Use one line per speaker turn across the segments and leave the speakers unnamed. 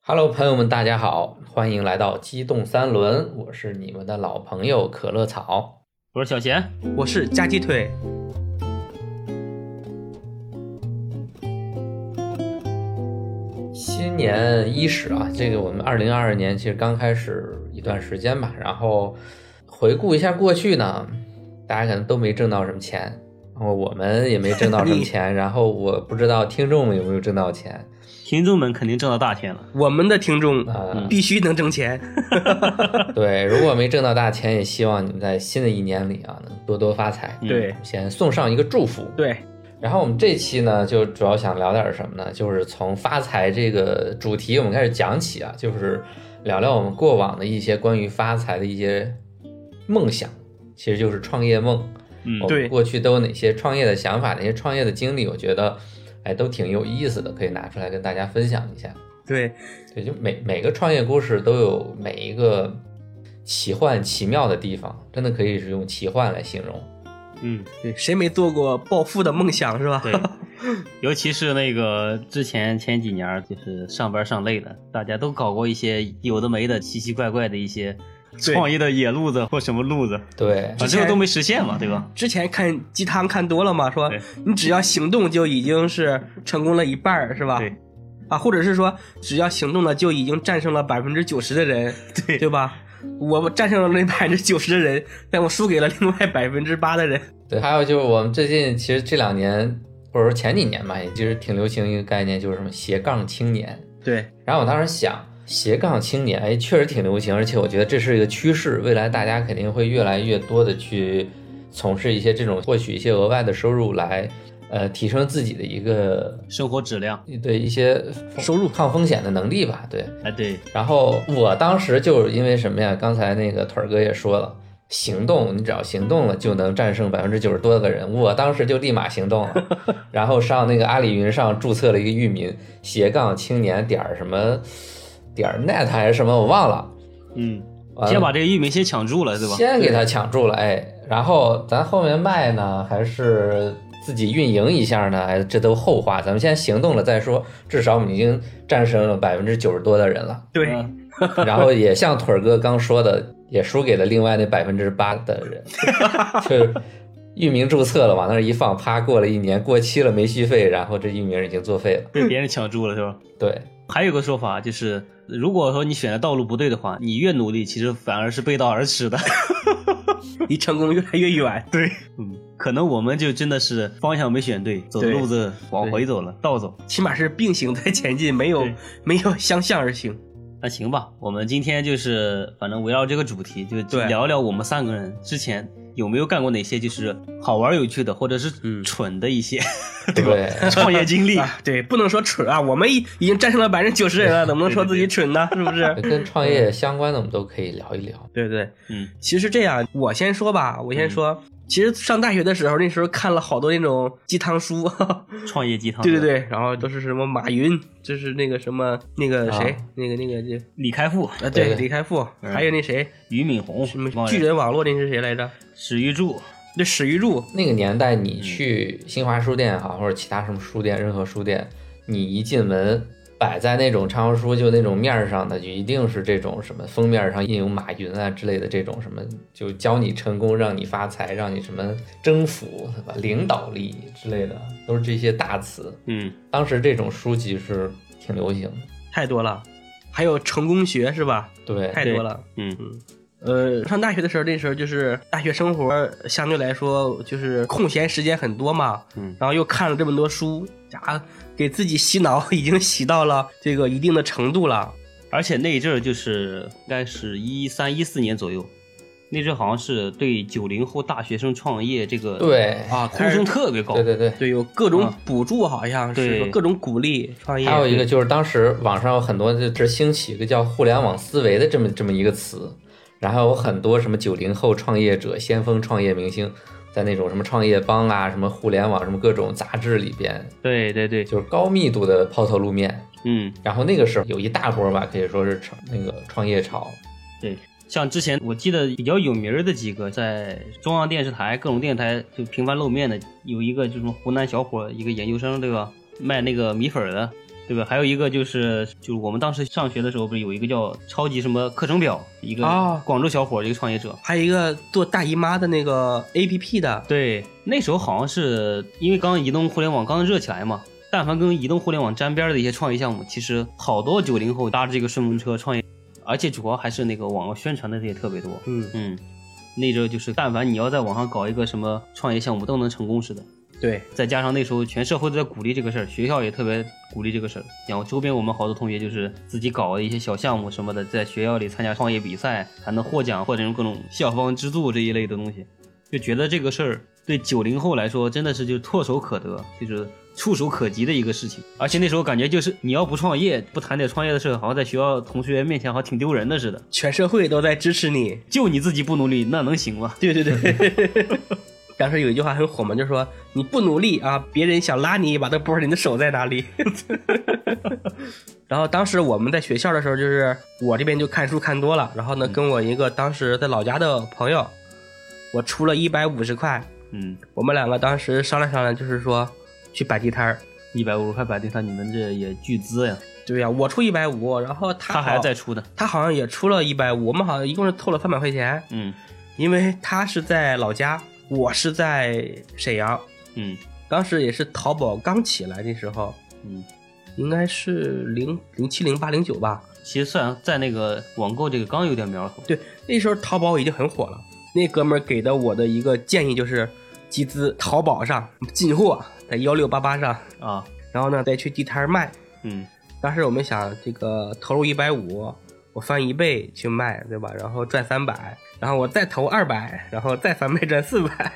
Hello，朋友们，大家好，欢迎来到机动三轮，我是你们的老朋友可乐草。
我是小贤，
我是夹鸡腿，
新年伊始啊，这个我们二零二二年其实刚开始一段时间吧，然后回顾一下过去呢，大家可能都没挣到什么钱，然后我们也没挣到什么 钱，然后我不知道听众们有没有挣到钱，
听众们肯定挣到大钱了。
我们的听众
嗯
呃，
必须能 挣钱。
对，如果没挣到大钱，也希望你们在新的一年里啊，能多多发财。
嗯
对
先送上一个祝福，
对，
然后我们这期呢，就主要想聊点什么呢？就是从发财这个主题我们开始讲起啊，就是聊聊我们过往的一些关于发财的一些梦想，其实就是创业梦。
嗯
我们
对
过去都有哪些创业的想法，哪些创业的经历，我觉得哎都挺有意思的，可以拿出来跟大家分享一下。
对，
对，就每每个创业故事都有每一个奇幻奇妙的地方，真的可以是用奇幻来形容。
嗯，
对，谁没做过暴富的梦想是吧？
对，尤其是那个之前前几年儿就是上班上累了，大家都搞过一些有的没的奇奇怪怪的一些
对
创业的野路子或什么路子，
对，
啊，最后都没实现嘛，对吧？
之前看鸡汤看多了嘛，说
对
你只要行动就已经是成功了一半儿是吧？
对
啊，或者是说只要行动了就已经战胜了百分之九十的人，
对
对吧？我战胜了那百分之九十的人， 但我输给了另外百分之八 的人。
对，还有就是我们最近其实这两年，或者说前几年吧，也就是挺流行一个概念，就是什么斜杠青年。
对
然后我当时想，斜杠青年，哎，确实挺流行，而且我觉得这是一个趋势，未来大家肯定会越来越多的去从事一些这种获取一些额外的收入来，呃，提升自己的一个
生活质量，
对一些收入抗风险的能力吧，对。
哎，对，
然后我当时就是因为什么呀？刚才那个腿儿哥也说了，行动，你只要行动了，就能战胜百分之九十多的人。我当时就立马行 动了，然后上那个阿里云上注册了一个域名斜杠青年点儿什么点儿 net 还是什么，我忘了。
嗯，
完
先
了
把这个域名先抢住哎了，对吧？
先给他抢住了，哎，然后咱后面卖呢，还是自己运营一下呢？哎，这都后话，咱们先行动了再说。至少我们已经战胜了百分之九十多的人了。
对，
嗯
然后也像腿儿哥刚说的，也输给了另外那百分之八的 人，就是域名注册了，往那儿一放，啪，过了一年过期了没续费，然后这域名已经作废了。
被别人抢住了，是吧？
对
还有个说法就是，如果说你选的道路不对的话，你越努力，其实反而是背道而驰的。
离成功越来越远。
对，嗯，可能我们就真的是方向没选对，走的
对
路子往回走了，倒走。
起码是并行在前进，没有
对
没有相向而行。
那行吧，我们今天就是反正围绕这个主题，就
对
聊聊我们三个人之前有没有干过哪些就是好玩有趣的，或者是
嗯
蠢的一 些、
对 对，
创业经历。
啊，对，不能说蠢啊，我们已已经战胜了百分之九十人了，能不能说自己蠢呢？是 不是？
跟创业相关的我们都可以聊一聊。
对对，
嗯
其实这样，我先说吧，我先说。其实上大学的时候，那时候看了好多那种鸡汤书，
创业鸡汤。
对对，对，然后都是什么马云，就是那个什么那个谁，
啊
那个那个就
李开复、
啊，
对
对，李开复，
嗯
还有那谁，
俞敏洪、
什么
王
巨人网络那是谁来着？
史玉柱，
那史玉柱，
那个年代，你去新华书店也好，或者其他什么书店，任何书店，你一进门。摆在那种畅销书，就那种面儿上的，就一定是这种什么封面上印有马云啊之类的这种什么，就教你成功，让你发财，让你什么征服，对吧？领导力之类的，都是这些大词。
嗯，
当时这种书籍是挺流行的，
太多了，还有成功学是吧？
对，
太多了。
嗯
呃，上大学的时候，那时候就是大学生活呃相对来说就是空闲时间很多嘛，
嗯
然后又看了这么多书，啊，给自己洗脑 已经洗到了这个一定的程度了。
而且那一阵儿就是应该是一三一四年左右，那阵儿好像是对九零后大学生创业这个
对
啊呼声特别高，
对对对。
对，有各种
啊
补助，好像是、
对
各种鼓励创业。
还有一个就是当时网上有很多就是兴起一个叫“互联网思维”的这么这么一个词，然后有很多什么九零后创业者、先锋创业明星，在那种什么创业帮啊、什么互联网、什么各种杂志里边，
对对对
就是高密度的抛头露面。
嗯
然后那个时候有一大波吧，可以说是创那个创业潮。
对。像之前我记得比较有名儿的几个，在中央电视台、各种电台就频繁露面的，有一个就是湖南小伙，一个研究生，对吧？卖那个米粉儿的，对吧？还有一个就是，就是我们当时上学的时候，不是有一个叫超级什么课程表，一个
啊
广州小伙儿，一个创业者。
还有一个做大姨妈的那个 A P P 的，
对，那时候好像是因为刚刚移动互联网刚热起来嘛，但凡跟移动互联网沾边儿的一些创业项目，其实好多九零后搭着这个顺风车创业，而且主要还是那个网络宣传的也特别多。
嗯，
嗯，那时候就是但凡你要在网上搞一个什么创业项目，都能成功似的。
对，
再加上那时候全社会都在鼓励这个事儿，学校也特别鼓励这个事儿。然后周边我们好多同学就是自己搞一些小项目什么的，在学校里参加创业比赛，还能获奖或者用各种校方资助这一类的东西，就觉得这个事儿对九零后来说真的是就唾手可得，就是触手可及的一个事情。而且那时候感觉就是你要不创业，不谈点创业的事儿，好像在学校同学面前好像挺丢人的似的。
全社会都在支持你。
就你自己不努力，那能行吗？
对对对。当时有一句话很火嘛，就是说你不努力啊，别人想拉你一把都不知道你的手在哪里。 然后当时我们在学校的时候，就是我这边就看书看多了，然后
嗯
呢，跟我一个当时在老家的朋友，我出了一百五十块，
嗯，
我们两个当时商量商量，就是说去摆地摊儿。
一百五十块摆地摊，你们这也巨资呀，
对呀、我出一百五，然后他
他还
好
在出的。
他好像也出了一百五，我们好像一共是凑了三百块钱，
嗯
因为他是在老家，我是在沈阳，
嗯
当时也是淘宝刚起来那时候，
嗯，
应该是零零七零八零九吧，
其实算在那个网购这个刚有点苗头。
对，那时候淘宝已经很火了。那哥们儿给的我的一个建议就是，集资淘宝上进货，在幺六八八上，
啊，
然后呢再去地摊儿卖，
嗯
当时我们想，这个投入一百五，我翻一倍去卖，对吧？然后赚三百，然后我再投二百，然后再翻倍赚四百，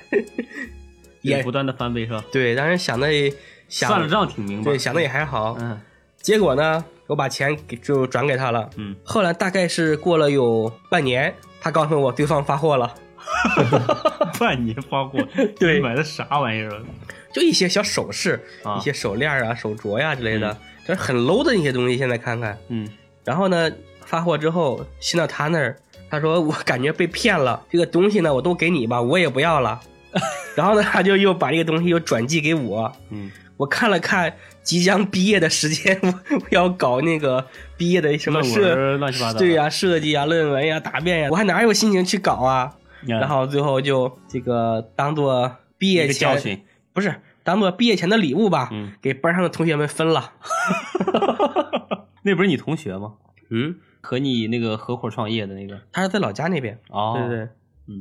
也
不断的翻倍是吧？
对。当时想的也想
算了账挺明白。
对，想的也还好。
嗯
结果呢，我把钱给就转给他了。
嗯，
后来大概是过了有半年，他告诉我对方发货了，
半年发货，
对
你买的啥玩意儿
就一些小首饰、
啊
一？些手链啊、手镯呀、之类的，就是很 low 的一些东西。现在看看，
嗯
然后呢，发货之后信到他那儿，他说我感觉被骗了，这个东西呢我都给你吧，我也不 要了。然后呢，他就又把这个东西又转寄给我，
嗯，
我看了看即将毕业的时间，我我要搞那个毕业的什么
论
设，
文乱七八糟。
对呀、设计呀、论文呀、答辩呀，我还哪有心情去搞啊？
嗯，
然后最后就这个当做毕
一
业
个教
前
训。
不是当做毕业前的礼物吧，，
嗯
给班上的同学们分了。
那不是你同学吗？
嗯，
和你那个合伙创业的那个。
他是在老家那边，
哦，
对对对。
对，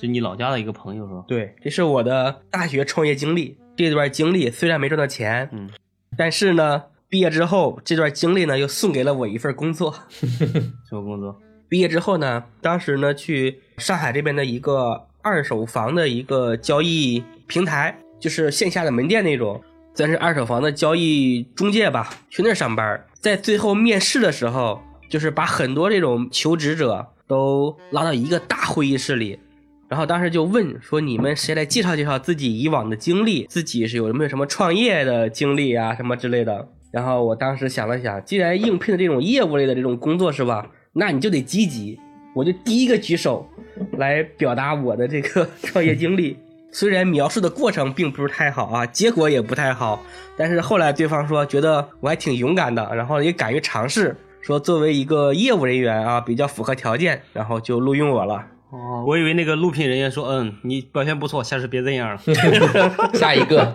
是你老家的一个朋友是吧？
对，这是我的大学创业经历。这段经历虽然没赚到钱，
嗯，
但是呢，毕业之后这段经历呢又送给了我一份工作。
什么工作？
毕业之后呢，当时呢去上海这边的一个二手房的一个交易平台，就是线下的门店那种，算是二手房的交易中介吧，去那儿上班儿。在最后面试的时候，就是把很多这种求职者都拉到一个大会议室里。然后当时就问说：“你们谁来介绍介绍自己以往的经历？自己是有没有什么创业的经历啊，什么之类的？”然后我当时想了想，既然应聘的这种业务类的这种工作是吧，那你就得积极，我就第一个举手来表达我的这个 创业经历。虽然描述的过程并不是太好啊，结果也不太好，但是后来对方说觉得我还挺勇敢的，然后也敢于尝试，说作为一个业务人员啊比较符合条件，然后就录用我了。
哦，我以为那个录屏人员说，嗯，你表现不错，下次别这 样了。
下一个，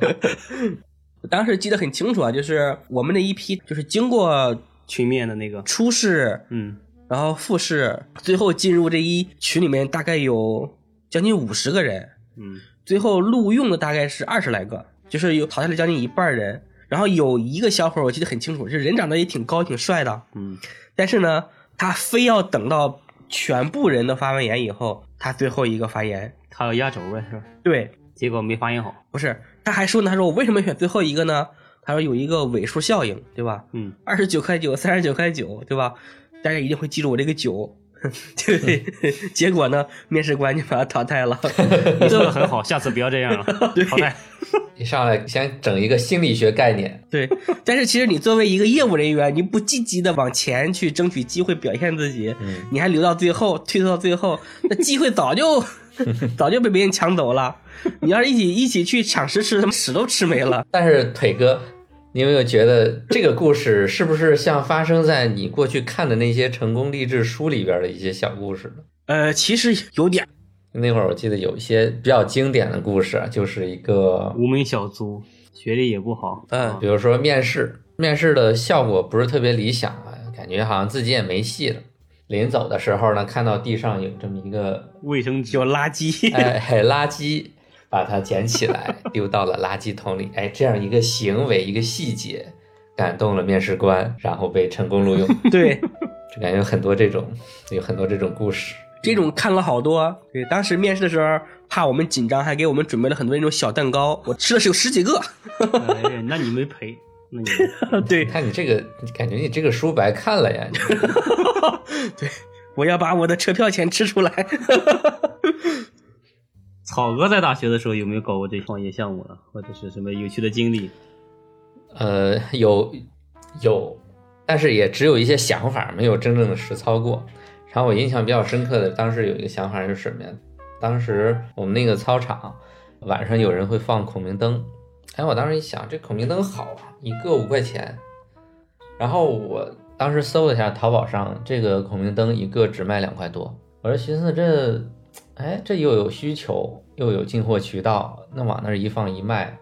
我当时记得很清楚啊，就是我们那一批就是经过
群面的那个，
初试，
嗯，
然后复试，最后进入这一群里面大概有将近五十个人，
嗯，
最后录用的大概是二十来个，就是有淘汰了将近一半人。然后有一个小伙儿，我记得很清楚，就是人长得也挺高挺帅的，
嗯，
但是呢，他非要等到全部人都发完言以后，他最后一个发言。
他要压轴呗，是吧？
对，
结果没发音好，
不是，他还说呢，他说我为什么选最后一个呢？他说有一个尾数效应，对吧？
嗯，
二十九块九、三十九块九，对吧？大家一定会记住我这个九， 对不对？
嗯
结果呢，面试官就把他淘汰了。
你说的很 好，下次不要这样了，好歹，
一上来先整一个心理学概念，
对，但是其实你作为一个业务人员，你不积极的往前去争取机会表现自己，
嗯，
你还留到最后，推到最后，那机会 早就早就被别人抢走了。你要是一起一起去抢食吃，他们屎都吃没了。
但是腿哥，你有没有觉得这个故事是不是像发生在你过去看的那些成功励志书里边的一些小故事呢？
呃，其实有点
那会儿我记得有一些比较经典的故事啊，就是一个
无名小卒，学历也不好，
嗯，比如说面试，面试的效果不是特别理想啊，感觉好像自己也没戏了。临走的时候呢，看到地上有这么一个
卫生纸叫垃圾，
哎哎垃圾，把它捡起来 丢到了垃圾桶里。哎，这样一个行为，一个细节，感动了面试官，然后被成功录用。
对
就感觉有很多这种，有很多这种故事。
这种看了好多。啊对，当时面试的时候怕我们紧张，还给我们准备了很多那种小蛋糕，我吃了是有十几个。
哎，那你没赔，那你没 赔
对
你看你这个，你感觉你这个书白看了呀？你
我要把我的车票钱吃出来。
草哥在大学的时候有没有搞过这创业项目啊，或者是什么有趣的经历？
呃，有有，但是也只有一些想法，没有真正的实操过。然后我印象比较深刻的，当时有一个想法是什么呀？当时我们那个操场晚上有人会放孔明灯，哎，我当时一想，这孔明灯好啊，一个五块钱。然后我当时搜了一下淘宝上，这个孔明灯一个只卖两块多。我就寻思这，哎，这又有需求，又有进货渠道，那往那儿一放一卖，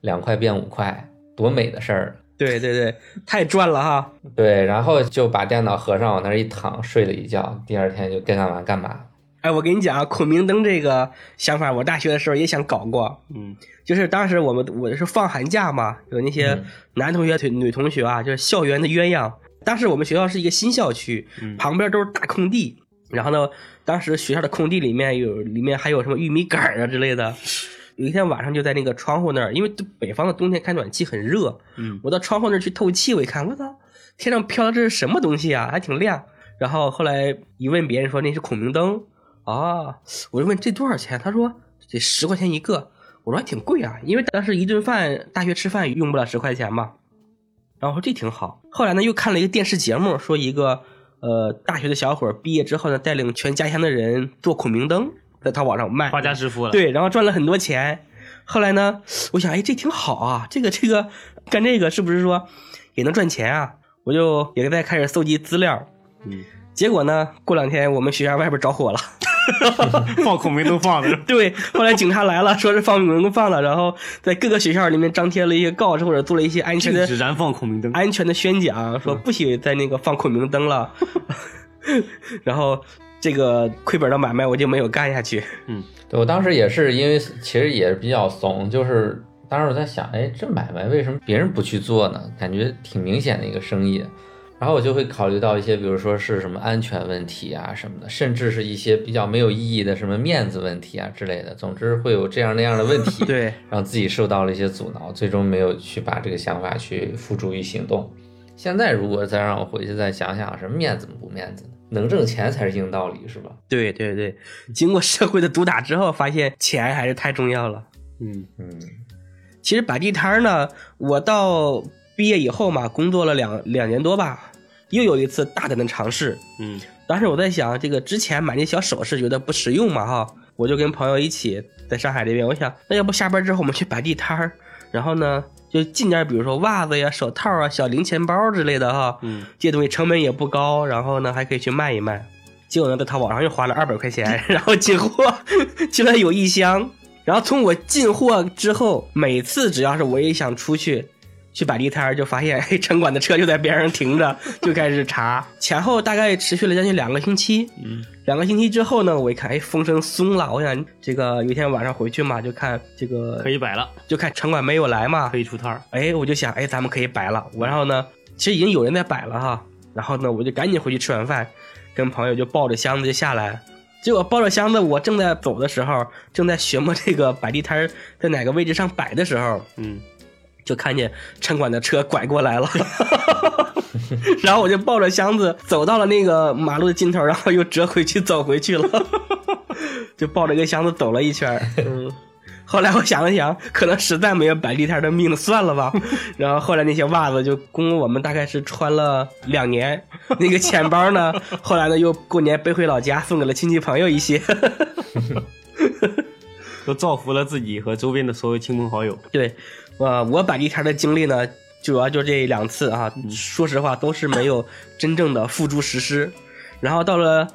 两块变五块，多美的事儿！
对对对，太赚了哈！
对，然后就把电脑合上，往那儿一躺，睡了一觉。第二天就该干嘛干嘛。
哎，我跟你讲啊，孔明灯这个想法，我大学的时候也想搞过。
嗯，
就是当时我们我是放寒假嘛，有那些
嗯
男同学、女女同学啊，就是校园的鸳鸯。当时我们学校是一个新校区，
嗯
旁边都是大空地。然后呢，当时学校的空地里面有里面还有什么玉米杆儿啊之类的。有一天晚上就在那个窗户那儿，因为北方的冬天开暖气很热，
嗯，
我到窗户那儿去透气，我一看，我操，天上飘的这是什么东西啊？还挺亮。然后后来一问别人说那是孔明灯啊，我就问这多少钱？他说得十块钱一个。我说还挺贵啊，因为当时一顿饭大学吃饭用不了十块钱嘛。然后我说这挺好。后来呢，又看了一个电视节目，说一个呃大学的小伙儿毕业之后呢，带领全家乡的人做孔明灯，在淘宝上卖，
发家致富了。，
对，然后赚了很多钱。后来呢，我想，哎，这挺好啊，这个这个干这个是不是说也能赚钱啊？我就也在开始搜集资料。
嗯，
结果呢，过两天我们学校外边着火了。
放孔明灯放的，
对，后来警察来了，说是放明灯放了，然后在各个学校里面张贴了一些告示，或者做了一些安全
禁
的
止嗯燃放孔明灯。
安全的宣讲，说不许在那个放孔明灯了。 然后这个亏本的买卖我就没有干下去。
对我当时也是因为其实也是比较怂，就是当时我在想，哎，这买卖为什么别人不去做呢？感觉挺明显的一个生意。然后我就会考虑到一些，比如说是什么安全问题啊什么的，甚至是一些比较没有意义的什么面子问题啊之类的。总之会有这样那样的问题。
对，
让自己受到了一些阻挠，最终没有去把这个想法去付诸于行动。现在如果再让我回去再想想，什么面子不面子呢？能挣钱才是硬道理，是吧？
对对对，经过社会的毒打之后，发现钱还是太重要了。
嗯，
嗯，
其实摆地摊儿呢，我到毕业以后嘛，工作了两两年多吧，又有一次大胆的尝试。
嗯，
当时我在想，这个之前买那小首饰觉得不实用嘛哈，我就跟朋友一起在上海这边，我想那要不下班之后我们去摆地摊儿，然后呢就进点儿比如说袜子呀、手套啊、小零钱包之类的哈，
嗯，
这东西成本也不高，然后呢还可以去卖一卖。结果呢，在淘宝上又花了二百块钱， 然后进货居然有一箱。然后从我进货之后，每次只要是我也想出去去摆地摊儿，就发现嘿城管的车就在边上停着，就开始查。前后大概持续了将近两个星期。
嗯，
两个星期之后呢，我一看，哎，风声松了。我想这个有一天晚上回去嘛，就看这个
可，以摆了，
就看城管没有来嘛，
可以出摊儿。
哎，我就想，哎，咱们可以摆了。我然后呢，其实已经有人在摆了哈。然后呢，我就赶紧回去吃晚饭，跟朋友就抱着箱子就下来。结果抱着箱子，我正在走的时候，正在寻摸这个摆地摊儿在哪个位置上摆的时候，
嗯，
就看见城管的车拐过来了。 然后我就抱着箱子走到了那个马路的尽头，然后又折回去走回去了， 就抱着一个箱子走了一圈儿。嗯，后来我想了想，可能实在没有摆地摊的命了，算了吧。然后后来那些袜子就供我们大概是穿了两年，那个钱包呢，后来呢又过年背回老家，送给了亲戚朋友一些。
都造福了自己和周边的所有亲朋好友。
对，呃，我摆地摊的经历呢，主要就这两次啊，说实话都是没有真正的付诸实施。然后到了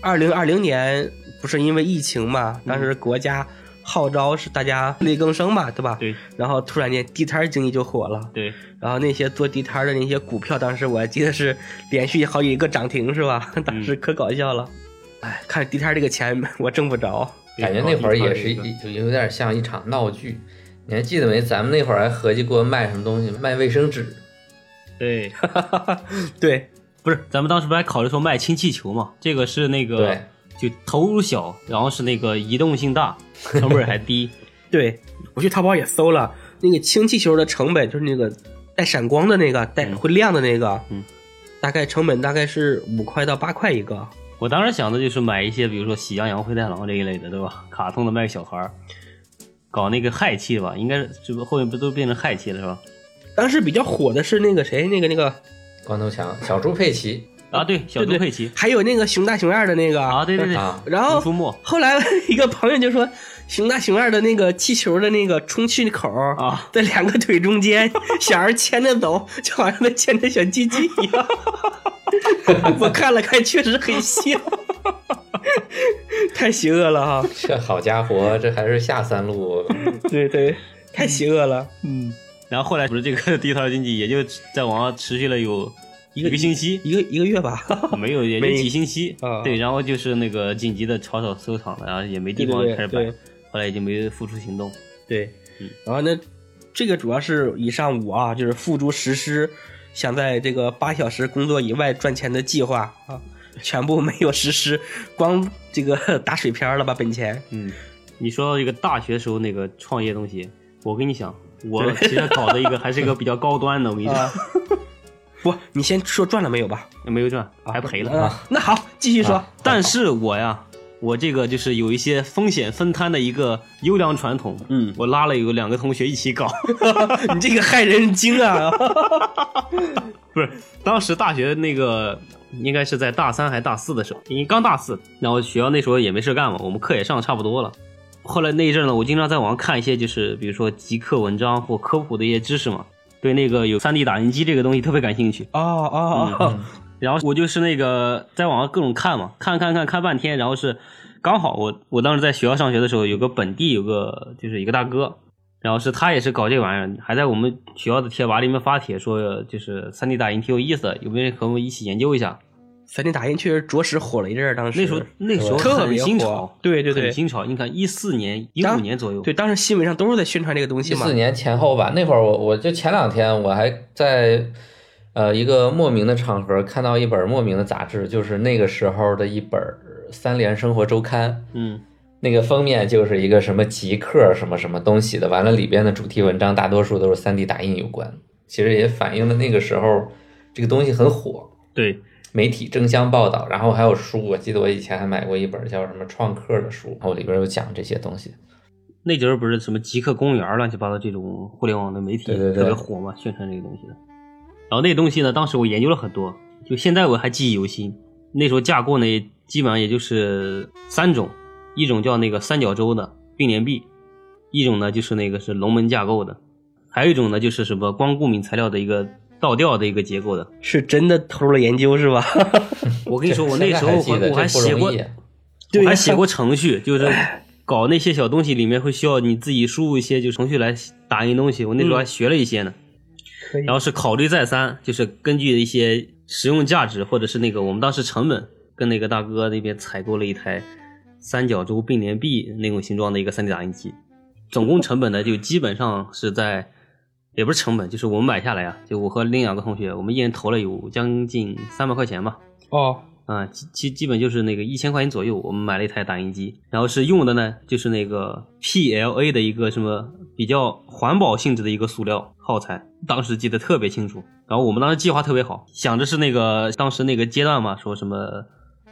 二零二零年，不是因为疫情嘛，当时国家号召是大家自力更生嘛，对吧？
对
然后突然间地摊儿经济就火了，
对，
然后那些做地摊儿的那些股票，当时我还记得是连续好几个涨停，是吧？ 当时可搞笑了。哎，看地摊儿这个钱 我挣不着，
感觉那会儿也是
对
一就有点像一场闹剧。你还记得没？咱们那会儿还合计过卖什么东西，卖卫生纸。
对，
对，
不是，咱们当时不还考虑说卖氢气球嘛？这个是那
对啊
个就投入小，然后是那个移动性大，成本还低。
对，我去淘宝也搜了，那个氢气球的成本就是那个带闪光的那个，带
嗯
会亮的那个，
嗯，
大概成本大概是五块到八块一个。
我当时想的就是买一些，比如说喜羊羊、灰太狼这一类的，对吧？卡通的卖给小孩儿，搞那个氦气吧，应该是这不后面不都变成氦气了是吧？
当时比较火的是那个谁，那个那个，
光头强、小猪佩奇
啊，对，小猪
对对
佩奇
还有那个熊大熊二的那个
啊，对对对，
啊，
然
熊
后
出没
后来 一个朋友就说，熊大熊二的那个气球的那个充气口儿
啊，
在两个腿中间，小孩牵着走，就好像在牵着小鸡鸡一样。 我看了看，确实很像，太邪恶了哈！
这好家伙，这还是下三路。
对对，太邪恶了。
嗯，然后后来不是这个地摊经济也就在网上持续了有一
个
个星期，
一个一个月 吧，
没有也就
没
几星期
啊，
对，然后就是那个紧急的草草收场了，然后也没地
对
方
对
开始
对
摆
对，
后来也就没付出行动。
对
嗯。
然后呢，这个主要是以上五啊，就是付诸实施，想在这个八小时工作以外赚钱的计划啊，全部没有实施，光这个 打水漂了吧？本钱
嗯，你说到这个大学时候那个创业东西，我跟你讲，我其实搞的一个还是一个比较高端的，我跟你讲，
啊。不，你先说赚了没有吧？
没有赚，还赔了。
啊，那好，继续说。
但是我呀，我这个就是有一些风险分摊的一个优良传统，
嗯，
我拉了有两个同学一起搞，
你这个害人精 啊！
不是，当时大学那个应该是在大三还大四的时候，因为刚大四，然后学校那时候也没事干嘛，我们课也上得差不多了。后来那一阵呢，我经常在网上看一些就是比如说极客文章或科普的一些知识嘛，对那个有 3D 打印机这个东西特别感兴趣。
哦哦哦，
然后我就是那个在网上各种看嘛，看看看看半天，然后是刚好我我当时在学校上学的时候，有个本地有个就是一个大哥，然后是他也是搞这玩意儿，还在我们学校的贴吧里面发帖说，就是三 D 打印挺有意思的，有没有人和我们一起研究一下？
三 D 打印确实着实火了一阵儿，当时
那时候那时候
特
很
别
新
火
潮，，
对对对
很，新潮。你看一四年一五
当
年左右，
对，当时新闻上都是在宣传这个东西
一
嘛
四。年前后吧，那会儿我我就前两天我还在呃一个莫名的场合看到一本莫名的杂志，就是那个时候的一本《三联生活周刊》。
嗯，
那个封面就是一个什么极客什么什么东西的，完了里边的主题文章大多数都是3 D 打印有关，其实也反映了那个时候这个东西很火，
对
媒体争相报道，然后还有书，我记得我以前还买过一本叫什么《创客》的书，然后里边有讲这些东西。
那时候不是什么极客公园儿乱七八糟这种互联网的媒体
对对对
特别火嘛，宣传这个东西的。然后那东西呢，当时我研究了很多，就现在我还记忆犹新。那时候架构呢，基本上也就是三种，一种叫那个三角洲的并联臂，一种呢就是那个是龙门架构的，还有一种呢就是什么光固敏材料的一个倒吊的一个结构的。
是真的投入了研究是吧？
我跟你说，我那时候
现在还记得
我还我还
这不
写过
容易啊，
对
我还写过程序，就是搞那些小东西，里面会需要你自己输入一些就程序来打印东西。我那时候还学了一些呢，
可 以
然后是考虑再三，就是根据一些实用价值或者是那个我们当时成本，跟那个大哥那边采购了一台三角洲并联臂那种形状的一个 3D 打印机，总共成本呢就基本上是在。也不是成本，就是我们买下来啊，就我和另两个同学，我们一人投了有将近三百块钱吧。
哦，
啊，基基基本就是那个一千块钱左右，我们买了一台打印机，然后是用的呢，就是那个 PLA 的一个什么比较环保性质的一个塑料耗材，当时记得特别清楚。然后我们当时计划特别好，想着是那个当时那个阶段嘛，说什么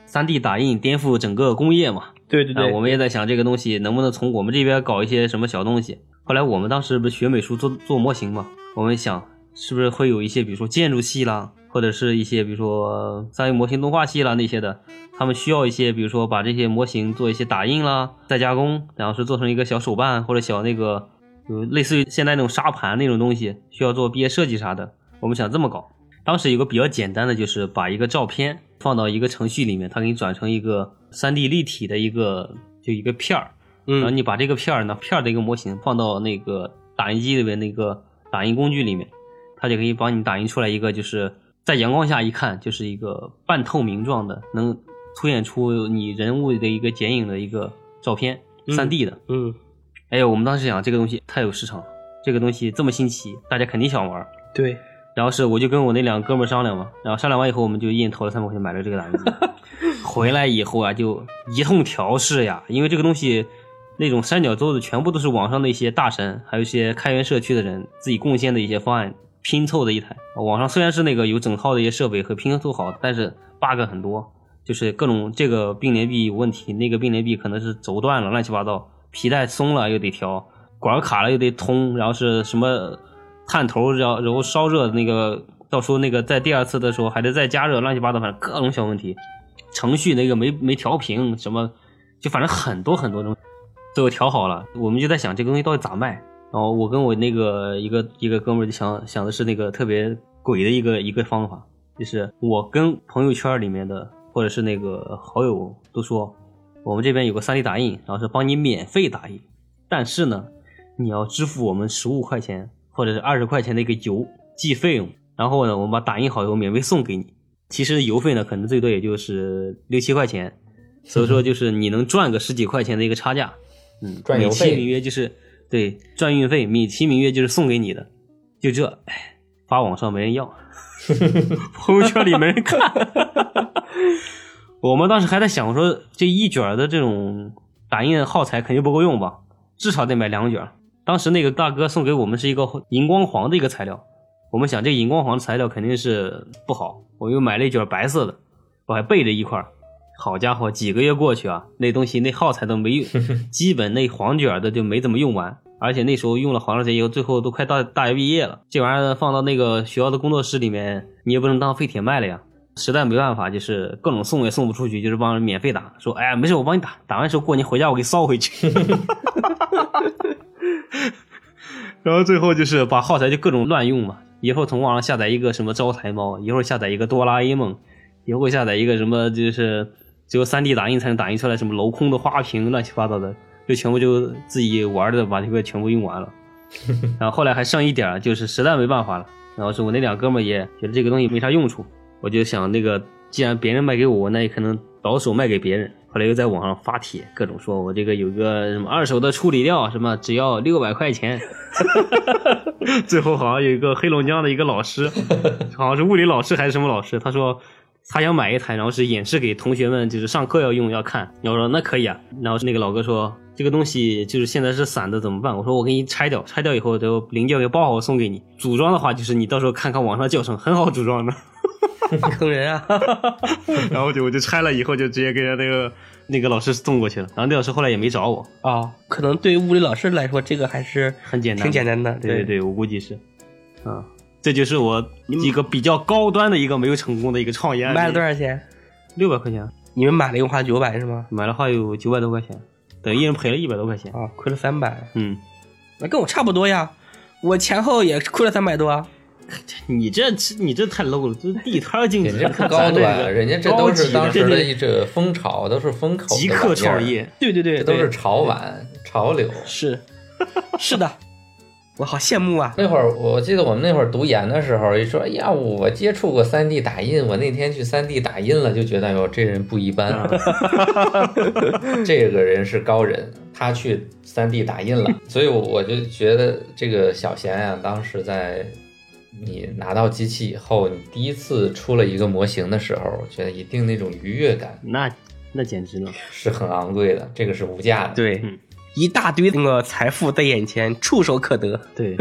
3D 打印颠覆整个工业嘛，
对对
啊，
对，
我们也在想这个东西能不能从我们这边搞一些什么小东西。后来我们当时不是学美术做做模型嘛，我们想是不是会有一些比如说建筑系啦，或者是一些比如说三维模型动画系啦那些的，他们需要一些比如说把这些模型做一些打印啦、再加工，然后是做成一个小手办或者小那个有类似于现在那种沙盘那种东西，需要做毕业设计啥的。我们想这么搞，当时有个比较简单的，就是把一个照片放到一个程序里面，它给你转成一个 3D 立体的一个就一个片儿，然后
嗯
你把这个片儿呢片儿的一个模型放到那个打印机里面那个打印工具里面，它就可以帮你打印出来一个，就是在阳光下一看就是一个半透明状的，能凸显出你人物的一个剪影的一个照片
嗯
，3D 的。
嗯，
哎呦，我们当时想这个东西太有市场了，这个东西这么新奇，大家肯定想玩儿。
对，
然后是我就跟我那两个哥们儿商量嘛，然后商量完以后，我们就一人投了三百块钱买了这个打印机。回来以后啊，就一通调试呀，因为这个东西那种三角洲的全部都是网上的一些大神，还有一些开源社区的人自己贡献的一些方案拼凑的一台。网上虽然是那个有整套的一些设备和拼凑好，但是 bug 很多，就是各种这个并联臂有问题，那个并联臂可能是轴断了，乱七八糟，皮带松了又得调，管儿卡了又得通，然后是什么探头，然后然后烧热的那个，到时候那个在第二次的时候还得再加热，乱七八糟，反正各种小问题，程序那个没没调平，什么就反正很多很多东西，最后调好了，我们就在想这个东西到底咋卖。然后我跟我那个一个一个哥们儿就想想的是那个特别鬼的一个一个方法，就是我跟朋友圈里面的或者是那个好友都说，我们这边有个 3D 打印，然后是帮你免费打印，但是呢，你要支付我们十五块钱或者是二十块钱的一个邮寄费用，然后呢，我们把打印好以后免费送给你。其实邮费呢，可能最多也就是六七块钱，所以说就是你能赚个十几块钱的一个差价，嗯，
赚邮
美其
费
名曰就是对赚运费，美其名曰就是送给你的，就这，哎，发网上没人 要，朋友圈里没人看。 我们当时还在想说，这一卷儿的这种打印耗材肯定不够用吧，至少得买两卷儿。当时那个大哥送给我们是一个荧光黄的一个材料，我们想这荧光黄材料肯定是不好，我又买了一卷白色的，我还备着一块儿。好家伙，几个月过去啊，那东西那耗材都没用，基本那黄卷的就没怎么用完，而且那时候用了好长时间以后，最后都快到大学毕业了，这玩意儿放到那个学校的工作室里面，你也不能当废铁卖了呀。实在没办法，就是各种送也送不出去，就是帮人免费打，说哎呀没事，我帮你打，打完时候过年回家我给你捎回去。然后最后就是把耗材就各种乱用嘛，一会儿从网上下载一个什么招财猫，一会儿下载一个哆啦 A 梦，一会儿下载一个什么就是只有 3D 打印才能打印出来什么镂空的花瓶，乱七八糟的，就全部就自己玩的把这个全部用完了。然后后来还剩一点儿，就是实在没办法了，然后是我那两哥们儿也觉得这个东西没啥用处，我就想那个既然别人卖给我，那也可能倒手卖给别人。后来又在网上发帖，各种说我这个有个什么二手的处理料，什么只要六百块钱。 最后好像有一个黑龙江的一个老 师，好像是物理老师还是什么老师，他说他想买一台，然后是演示给同学们，就是上课要用要看。然后我说那可以啊，然后那个老哥说这个东西就是现在是散的怎么办？我说我给你拆掉，拆掉以后就零件给包好我送给你。组装的话就是你到时候看看网上教程，很好组 装的。
坑人 啊！
然后就我就拆了以后就直接给人家那个那个老师送过去了。然后那老师后来也没找我，
啊， 可能对物理老师来说，这个还是
很简单，
挺简单的。
对对
对，嗯
对，我估计是，啊，这就是我一个比较高端的一个没有成功的一个创业案例。
卖了多少钱？
六百块钱，
你们买了一共花九百是吗？
买了话有九百多块钱，等于一人赔了一百多块钱。
啊，亏了三百，
嗯，
那跟我差不多呀。我前后也亏了三百多啊。
你这你这太 low 了，这地摊 竞
人
技，
家
看
不
咱
高
这
端，
个
人家这都
高级
是
的
当时
这
的
是
一这风潮，都是风口的
极
玩
客
意儿
创，业，
对对对，
这都
对
是潮玩潮流。
是 是的，我好羡慕啊。
那会儿我记得我们那会儿读研的时候，一说哎呀，我接触过 3D 打印，我那天去 3D 打印了，就觉得哎呦，这人不一般，
啊
这个人是高人，他去 3D 打 印了，所以我我就觉得这个小贤啊，当时在你拿到机器以后，你第一次出了一个模型的时候，我觉得一定那种愉悦感
那那简直了。
是很昂贵的，这个是无价的。
对，
嗯
一大堆那个财富在眼前，触手可得。
对，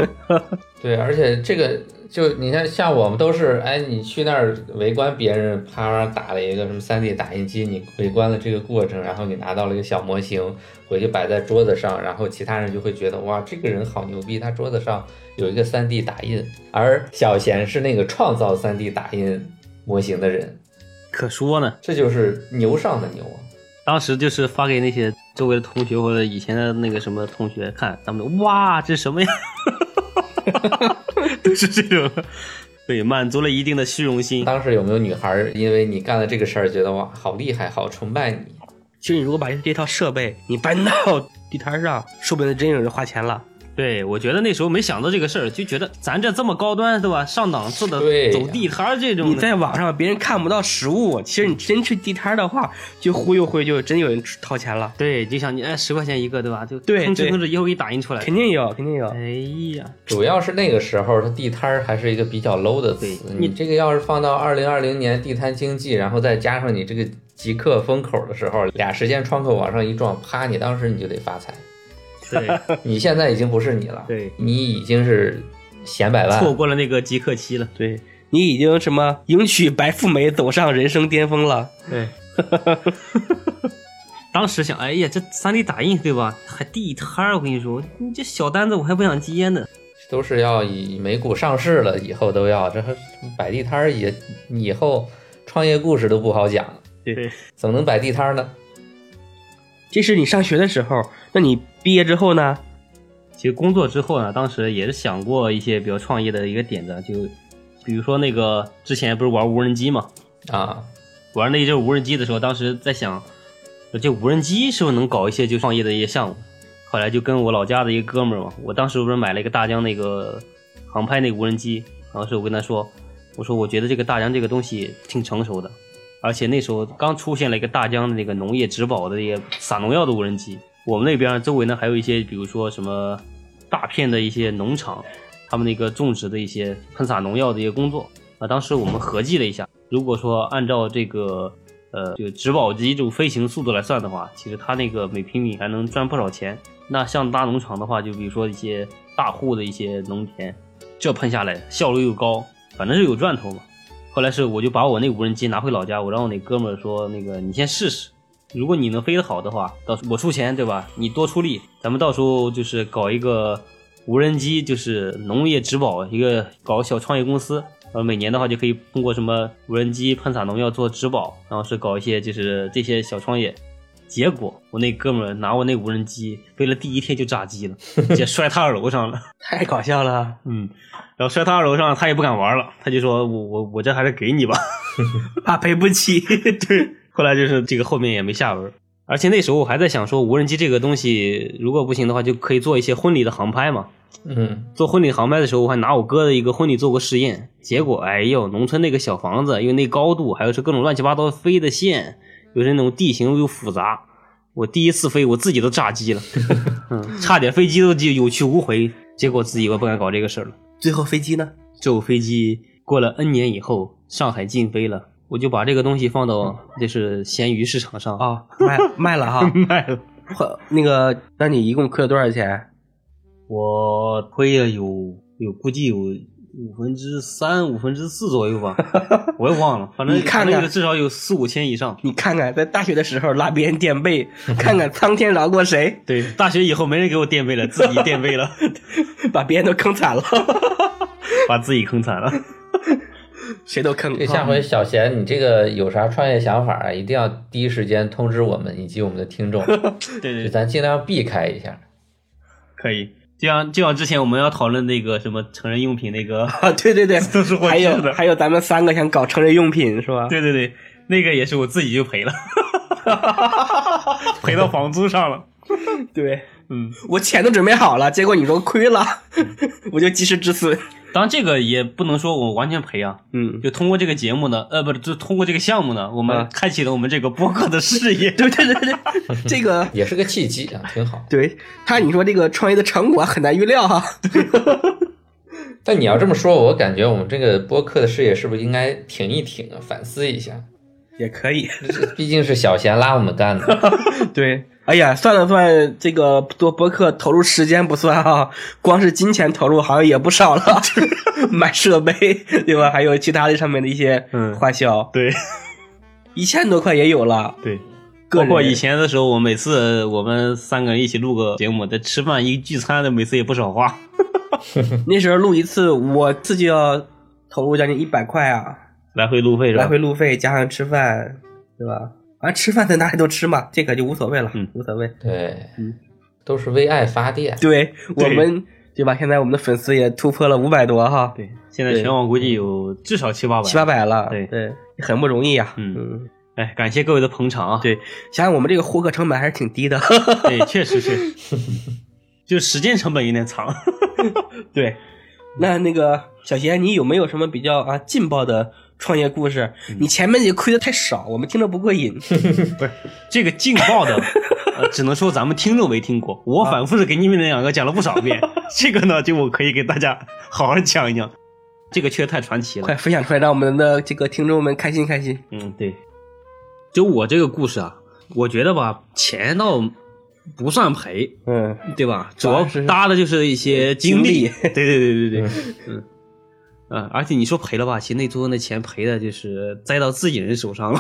对，而且这个就你看，像我们都是，哎，你去那儿围观别人，啪啪打了一个什么 3D 打印机，你围观了这个过程，然后你拿到了一个小模型，回去摆在桌子上，然后其他人就会觉得哇，这个人好牛逼，他桌子上有一个 3D 打印，而小贤是那个创造 3D 打印模型的人，
可说呢。
这就是牛上的牛啊！
当时就是发给那些周围的同学或者以前的那个什么同学看，他们都哇，这什么呀？ 都是这种，对，满足了一定的虚荣心。
当时有没有女孩儿因为你干了这个事儿，觉得哇好厉害，好崇拜你？
其实你如果把这套设备你搬到地摊上，说不定真有人花钱了。
对，我觉得那时候没想到这个事儿，就觉得咱这这么高端，对吧？上档次的
对呀
走地摊儿这种
你
的，
在网上别人看不到实物，其实你真去地摊的话，就忽悠忽悠，就真有人掏钱了，
对，就像你哎十块钱一个，对吧？就
对
吭哧
对
吭哧一会儿给你打印出来。
肯定有，肯定有。
哎呀，
主要是那个时候，它地摊儿还是一个比较 low 的词。
对
你这个要是放到二零二零年地摊经济，然后再加上你这个极客风口的时候，俩时间窗口往上一撞，啪，你当时你就得发 财。
啊
对
你现在已经不是你了，
对，
你已经是显百
错
万。
过了那个极客期了。
对你已经什么迎娶白富美，走上人生巅峰了。
对， 当时想，哎呀，这三 D 打印对吧？还地摊儿，我跟你说，你这小单子我还不想接呢。
都是要以美股上市了以后都要，这还摆地摊儿也以后创业故事都不好讲，
对，
怎么能摆地摊儿呢？
这是你上学的时候，那你毕业之后呢？
其实工作之后呢，当时也是想过一些比较创业的一个点子，啊就比如说那个之前不是玩无人机嘛，
啊，
玩那一阵无人机的时候，当时在想，这无人机是不是能搞一些就创业的一些项目？后来就跟我老家的一个哥们儿嘛，我当时不是买了一个大疆那个航拍那个无人机，当时我跟他说，我说我觉得这个大疆这个东西挺成熟的，而且那时候刚出现了一个大疆的那个农业植保的这个撒农药的无人机，我们那边周围呢还有一些比如说什么大片的一些农场，他们那个种植的一些喷洒农药的一些工作。啊，当时我们合计了一下，如果说按照这个呃就植保机这种飞行速度来算的话，其实它那个每平米还能赚不少钱。那像大农场的话，就比如说一些大户的一些农田，这喷下来效率又高，反正是有赚头嘛。后来是我就把我那无人机拿回老家，我让我那哥们儿说，那个你先试试，如果你能飞得好的话，到时我出钱对吧？你多出力，咱们到时候就是搞一个无人机，就是农业植保一个搞小创业公司。呃，每年的话就可以通过什么无人机喷洒农药做植保，然后是搞一些就是这些小创业。结果我那哥们儿拿我那无人机飞了第一天就炸机 了，直接摔他二楼上了。
太搞笑了，
嗯，然后摔他二楼上，他也不敢玩了，他就说我我我这还是给你吧。
怕赔不起。
对，后来就是这个后面也没下文儿。而且那时候我还在想说，无人机这个东西如果不行的话，就可以做一些婚礼的航拍嘛。
嗯，
做婚礼航拍的时候，我还拿我哥的一个婚礼做过试验，结果哎呦，农村那个小房子，因为那高度，还有是各种乱七八糟飞的线，又是那种地形又复杂，我第一次飞，我自己都炸机了，嗯，差点飞机都就有去无回。结果自己我不敢搞这个事儿了。
最后飞机呢？
这种飞机过了 N 年以后，上海禁飞了，我就把这个东西放到就是闲鱼市场上。
啊、，卖 卖了哈
卖了。
或那个，那你一共亏了多少钱？
我亏了有有估计有五分之三、五分之四左 右吧，我也忘了，反正
你看
反
看
正有至少有四五千以上。
你看看，在大学的时候拉别人垫背，看看苍天饶过谁，
对，大学以后没人给我垫背了，自己垫背了，
把别人都坑惨了，
把自己坑惨了。
谁都坑。
这下回小贤，你这个有啥创业想法啊，一定要第一时间通知我们以及我们的听众，
对
就
对对，
咱尽量避开一下。
可以。就像就像之前我们要讨论那个什么成人用品那个，
啊， 对对对，
都是我
还
记
有
得
还有，咱们三个想搞成人用品是吧？
对对对，那个也是我自己就赔了， 赔到房租上了。
对，
嗯，
我钱都准备好了，结果你说亏了，我就及时止损。
当然这个也不能说我完全赔啊，
嗯，
就通过这个节目呢，呃，不是，就通过这个项目呢，我们
啊
开启了我们这个播客的事业。
对对对对，这个
也是个契机啊，挺好。
对他，你说这个创业的成果很难预料哈、
但你要这么说，我感觉我们这个播客的事业是不是应该停一停啊，反思一下？
也可以。
这毕竟是小贤拉我们干的，
对，哎呀，算了算，这个做博客投入时间不算啊， 光是金钱投入好像也不少了， 买设备对吧？还有其他的上面的一些
嗯
花销，
对
一千多块也有了。
对，
个
包括
人
以前的时候，我每次我们三个人一起录个节目，在吃饭一聚餐的，每次也不少花。
那时候录一次，我自己要投入将近一百块啊，
来回路费是吧？
来回路费加上吃饭，对吧？啊，吃饭在哪里都吃嘛，这个就无所谓了，
嗯
无所谓。
对
嗯，
都是为爱发电。
对我
对
们对吧？现在我们的粉丝也突破了五百多哈，
对，现在全网估计有至少七八百。
七八。百了，
对
对，很不容易呀。
嗯
嗯，
哎，感谢各位的捧场啊！
对想想我们这个获客成本还是挺低的。
对，确实是，就时间成本有点长。嗯
对，那那个小贤，你有没有什么比较啊劲爆的创业故事？
嗯
你前面也亏的太少，我们听着不 过瘾。
这个劲爆 的，呃，只能说咱们听众没听过。我反复的给你们两个讲了不少遍，这个呢，就我可以给大家好好讲一讲。这个确实太传奇了
快。分享出来，让我们的这个听众们开心开心。
嗯，对。就我这个故事啊，我觉得吧，钱倒不算赔，
嗯，
对吧？主
主要
要
是
搭的就是一些经历。
经
对对对对对，嗯。啊，而且你说赔了吧，其实那最后那钱赔的就是栽到自己人手 上了，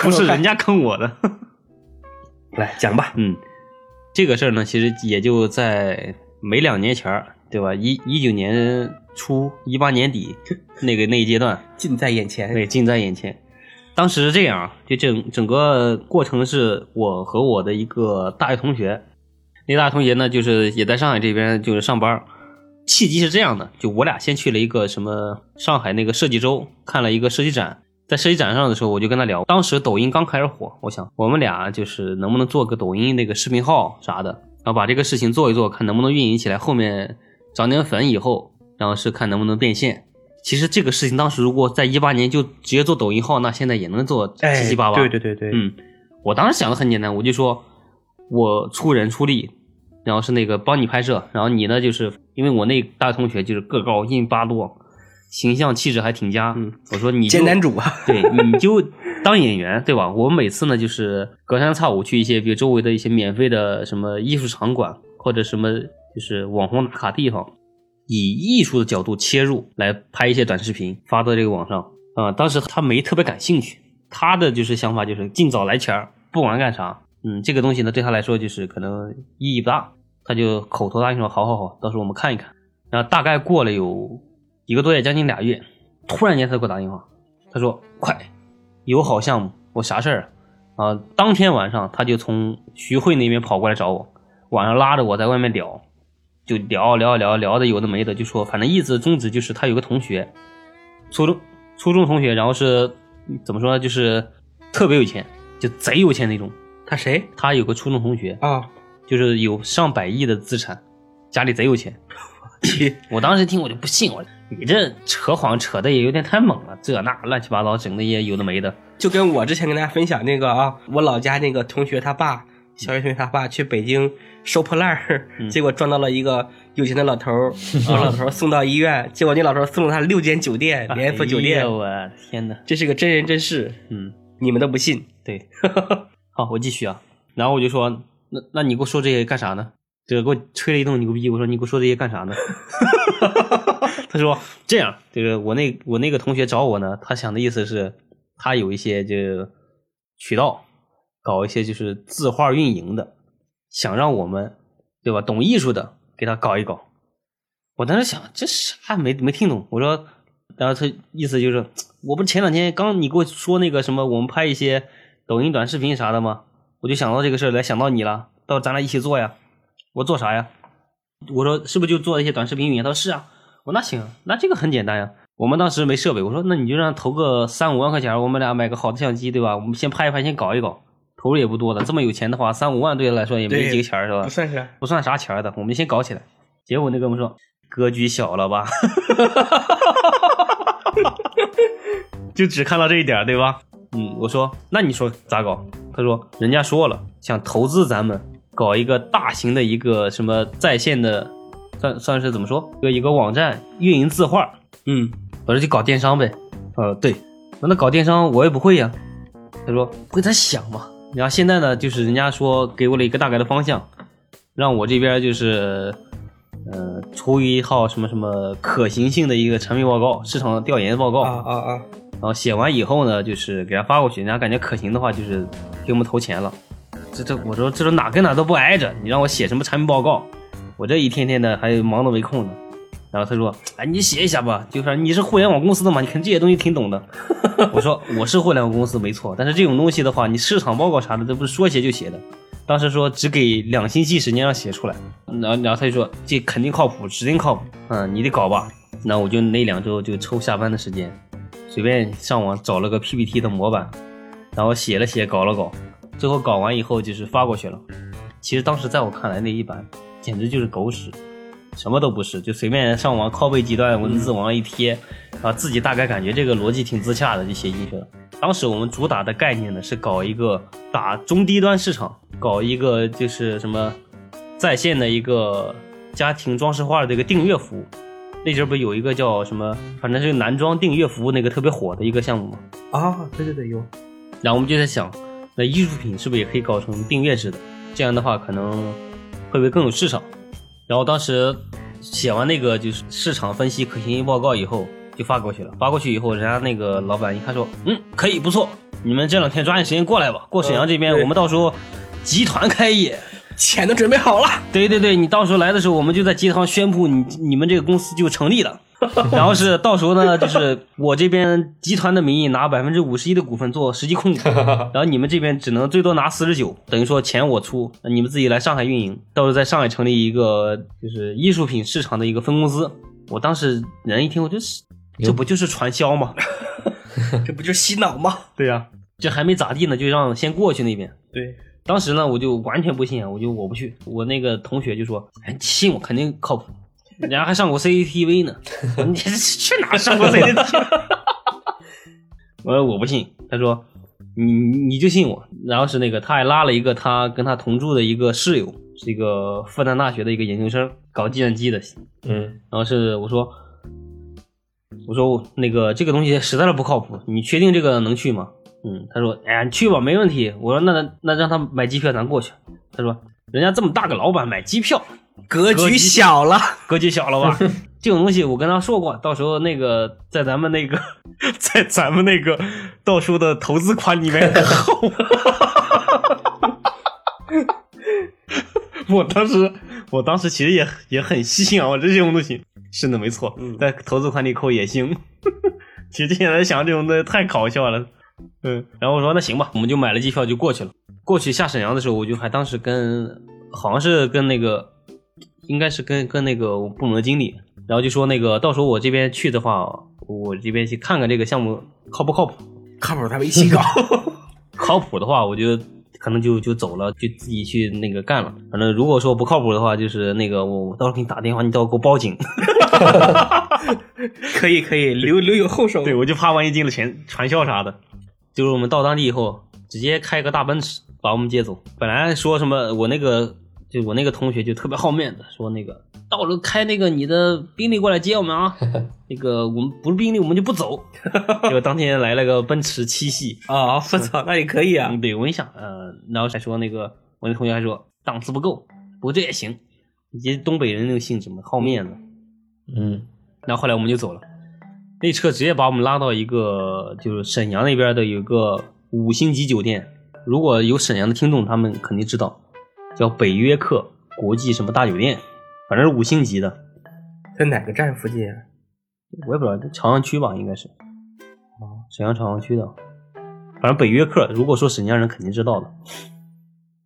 不是人家坑我的。
来讲吧。
嗯，这个事儿呢，其实也就在没两年前儿，对吧？一一九年初，一八年底那个那一阶段，
近在眼前。
对，近在眼前。当时是这样啊，就整整个过程是我和我的一个大学同学，那大学同学呢，就是也在上海这边就是上班儿。契机是这样的，就我俩先去了一个什么上海那个设计周，看了一个设计展。在设计展上的时候，我就跟他聊，当时抖音刚开始火，我想我们俩就是能不能做个抖音那个视频号啥的，然后把这个事情做一做，看能不能运营起来，后面涨点粉以后，然后是看能不能变现。其实这个事情当时如果在一八年就直接做抖音号，那现在也能做
哎，
七七八八。
对对对对，
嗯，我当时想的很简单，我就说我出人出力，然后是那个帮你拍摄，然后你呢就是因为我那大学同学就是个高硬八落，形象气质还挺佳，
嗯
我说你就
艰难主啊。
对，你就当演员对吧？我每次呢就是隔三差五去一些比如周围的一些免费的什么艺术场馆或者什么就是网红打卡地方，以艺术的角度切入来拍一些短视频发到这个网上啊、当时他没特别感兴趣，他的就是想法就是尽早来钱儿，不管干啥，嗯，这个东西呢对他来说就是可能意义不大，他就口头答应说好好好，到时候我们看一看。然啊后大概过了有一个多月，将近俩月，突然间他给我打电话，他说：“快，有好项目，我啥事儿啊？”啊，当天晚上他就从徐汇那边跑过来找我，晚上拉着我在外面聊，就聊聊聊聊的有的没的，就说反正意思宗旨就是他有个同学，初中初中同学，然后是怎么说呢，就是特别有钱，就贼有钱那种。
他谁
他有个初中同学，
啊？
就是有上百亿的资产，家里贼有钱。我当时听我就不信，我说你这扯谎扯的也有点太猛了，这那乱七八糟，整的也有的没的。
就跟我之前跟大家分享那个啊，我老家那个同学他爸，小学同学他爸去北京收破烂儿，
嗯
结果撞到了一个有钱的老头儿， 把老头儿送到医院，结果那老头儿送了他六间酒店，连锁酒
哎
店
呀，我天哪！
这是个真人真事，
嗯，
你们都不信。
对。 好，我继续啊。然后我就说，那那你给我说这些干啥呢？这给我吹了一顿牛逼，我说你给我说这些干啥呢？ 他说这样，这个我那我那个同学找我呢，他想的意思是，他有一些这渠道，搞一些就是字画运营的，想让我们对吧，懂艺术的给他搞一搞。我当时想这啥没没听懂，我说，然后他意思就是，我不是前两天刚你给我说那个什么，我们拍一些抖音短视频啥的吗？我就想到这个事儿来，想到你了，到时候咱俩一起做呀。我做啥呀？我说是不是就做一些短视频运营？他说是啊。我说那行，那这个很简单呀。我们当时没设备，我说那你就让投个三五万块钱，我们俩买个好的相机，对吧？我们先拍一拍，先搞一搞，投入也不多的。这么有钱的话，三五万对他来说也没
对
几个钱儿是吧？
算啥，
不算啥钱儿的，我们先搞起来。结果那哥们说，格局小了吧， 就只看到这一点儿，对吧？嗯，我说那你说咋搞？他说人家说了，想投资咱们搞一个大型的一个什么在线的，算算是怎么说，一个一个网站运营字画，
嗯，
我说就搞电商呗。呃，对，那那搞电商我也不会呀、他说不会他想嘛。然后现在呢，就是人家说给我了一个大概的方向，让我这边就是，呃，出一号什么什么可行性的一个产品报告、市场调研报告，
啊啊啊，
然后写完以后呢，就是给他发过去，人家感觉可行的话，就是给我们投钱了。这这，我说这都哪跟哪都不挨着，你让我写什么产品报告，我这一天天的还忙得没空呢。然后他说：“哎，你写一下吧，就是你是互联网公司的嘛，你肯定这些东西挺懂的。”我说：“我是互联网公司没错，但是这种东西的话，你市场报告啥的，这不是说写就写的。”当时说只给两星期时间让写出来，然后然后他就说这肯定靠谱，指定靠谱，嗯，你得搞吧。那我就那两周就抽下班的时间，随便上网找了个 PPT 的模板，然后写了写，搞了搞，最后搞完以后就是发过去了。其实当时在我看来那一版简直就是狗屎，什么都不是，就随便上网拷贝几段文字往那一贴，然后自己大概感觉这个逻辑挺自洽的，就写进去了。当时我们主打的概念呢是搞一个打中低端市场，搞一个就是什么在线的一个家庭装饰画的这个订阅服务。那阵儿不有一个叫什么，反正是男装订阅服务那个特别火的一个项目嘛。
啊，对对对，有，
然后我们就在想，那艺术品是不是也可以搞成订阅制的？这样的话，可能会不会更有市场？然后当时写完那个就是市场分析可行性报告以后，就发过去了。发过去以后，人家那个老板一看说，嗯，可以，不错，你们这两天抓紧时间过来吧，过沈阳这边，
嗯对
我们到时候集团开业。
钱都准备好了，
对对对，你到时候来的时候，我们就在集团宣布你你们这个公司就成立 了。然后是到时候呢，就是我这边集团的名义拿百分之五十一的股份做实际控股， 然后你们这边只能最多拿四十九，等于说钱我出，你们自己来上海运营，到时候在上海成立一个就是艺术品市场的一个分公司。我当时人一听，我就是这不就是传销吗？
这不就是洗脑吗？
对呀、这还没咋地呢，就让先过去那边。
对，
当时呢，我就完全不信，我就我不去。我那个同学就说：“哎，你信我肯定靠谱。”人家还上过 CCTV 呢，你这去哪上过 CCTV？我说我不信，他说你你就信我。然后是那个他还拉了一个他跟他同住的一个室友，是一个复旦大学的一个研究生，搞计算机的。
嗯，
然后是我说我说我那个这个东西实在是不靠谱，你确定这个能去吗？嗯，他说，哎呀，你去吧，没问题。我说，那那让他买机票，咱过去。他说，人家这么大个老板买机票，
格
格
局
局
小了，
格局小了吧？这种东西我跟他说过，到时候那个在咱们那个在咱们那个到时候的投资款里面扣。我当时，我当时其实也也很信啊，我这种东西是的，没错，在投资款里扣也行。 其实现在想这种东西太搞笑了，嗯。然后我说那行吧，我们就买了机票就过去了。过去下沈阳的时候，我就还当时跟好像是跟那个应该是跟跟那个我部门经理，然后就说那个到时候我这边去的话，我这边去看看这个项目靠不靠谱，
靠谱，他们一起搞，
靠谱的话我就可能就就走了，就自己去那个干了。反正如果说不靠谱的话，就是那个我我到时候给你打电话，你到时候给我报警。
可以可以，留留有后手，
对，我就怕万一进了前传销啥的。就是我们到当地以后，直接开个大奔驰把我们接走。本来说什么我那个就我那个同学就特别好面子，说那个到时候开那个你的宾利过来接我们 啊，那个我们不是宾利我们就不 走。结果当天来了个奔驰七系，
啊，我操，那也可以啊
嗯，，对，我一想，呃，然后还说那个我那同学还说档次不够，不过这也行，以及东北人那个性质嘛，好面子。
嗯，
然后后来我们就走了，那车直接把我们拉到一个就是沈阳那边的有一个五星级酒店，如果有沈阳的听众，他们肯定知道，叫北约克国际什么大酒店，反正是五星级的，
在哪个站附近啊？
我也不知道朝阳区吧，应该是，哦沈阳朝阳区的，反正北约克，如果说沈阳人肯定知道的，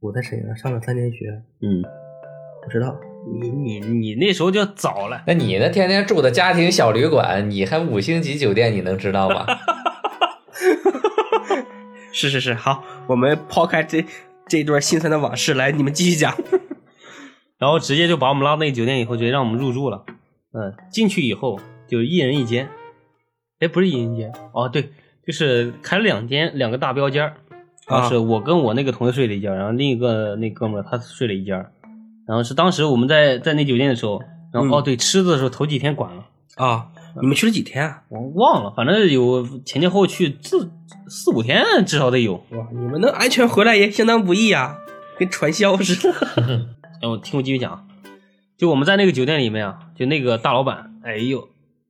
我在沈阳上了三年学，
嗯，
我知道，
你你你那时候就早了，
那你呢？天天住的家庭小旅馆，你还五星级酒店，你能知道吗？
是是是，好，我们抛开这这段心酸的往事来，你们继续讲，
然后直接就把我们拉到那个酒店以后，直接让我们入住了。嗯，进去以后就一人一间，哎，不是一人一间，哦，对，就是开了两间，两个大标间儿，然后是我跟我那个同学睡了一觉，然后另一个那哥们儿他睡了一间儿，然后是当时我们在在那酒店的时候，然后、
嗯
哦对，吃的时候头几天管了，
啊，你们去了几天啊？
我忘了，反正有前前后后去四四五天至少得有。
哇，你们能安全回来也相当不易啊，跟传销似的。
哎，我听我继续讲啊，就我们在那个酒店里面啊，就那个大老板，哎呦，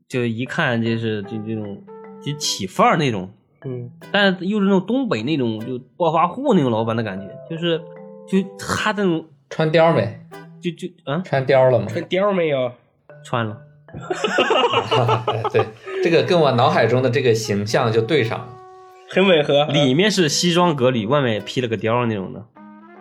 就一看就是就这种就起范儿那种，
嗯，
但是又是那种东北那种就暴发户那种老板的感觉，就是就他的那种
穿貂没？
就就啊
穿貂了吗？
穿貂没有？
穿了，
对，这个跟我脑海中的这个形象就对上了。
很啊违和。
里面是西装革履，外面披了个貂儿那种的。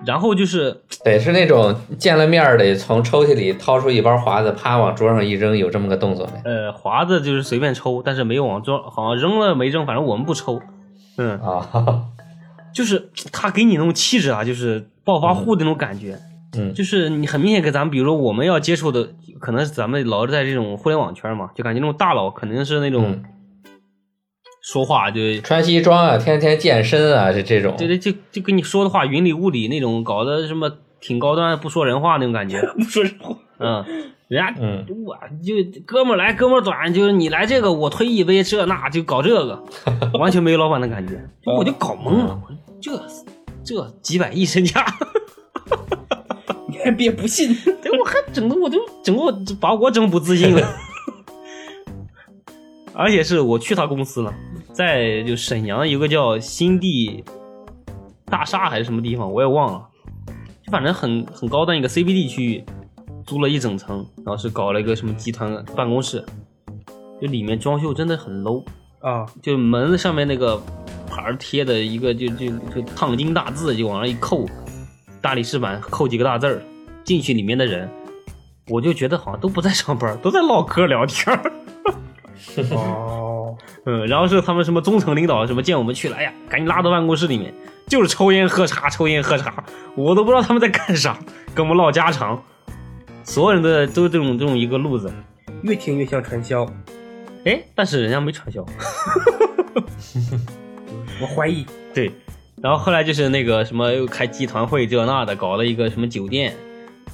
然后就是
得是那种见了面儿得从抽屉里掏出一包华子，啪往桌上一扔，有这么个动作没？
呃，华子就是随便抽，但是没有往桌，好像扔了没扔，反正我们不抽。嗯，
啊，哈哈
就是他给你那种气质啊，就是暴发户的那种感觉。
嗯
就是你很明显给咱们，比如说我们要接触的，可能是咱们老是在这种互联网圈嘛，就感觉那种大佬肯定是那种
嗯，
说话就
穿西装啊，天天健身啊，这这种，
对对，就就跟你说的话云里雾里那种，搞得什么挺高端不说人话那种感觉。
不 说实话，
嗯，人家
嗯，
我就哥们儿来哥们儿短，就是你来这个我推一杯，这那就搞这个，完全没有老板 的感觉，
嗯
我就搞懵了，我说这这几百亿身价，
你还别不信。
对哎我还整的我都整个我把我整不自信了，而且是我去他公司了，在就沈阳有个叫新地大厦还是什么地方，我也忘了，就反正很很高端一个 CBD 区域，租了一整层，然后是搞了一个什么集团办公室，就里面装修真的很 low，
啊，
就门上面那个牌儿贴的一个就就就烫金大字，就往上一扣，大理石板扣几个大字儿，进去里面的人，我就觉得好像都不在上班，都在唠嗑聊天儿。
哦，
嗯，然后是他们什么中层领导什么见我们去了，哎呀，赶紧拉到办公室里面，就是抽烟喝茶，抽烟喝茶，我都不知道他们在干啥，跟我们唠家常，所有人都在都是这种这种一个路子，
越听越像传销，
哎，但是人家没传销，
我怀疑。
对，然后后来就是那个什么又开集团会这那的，搞了一个什么酒店，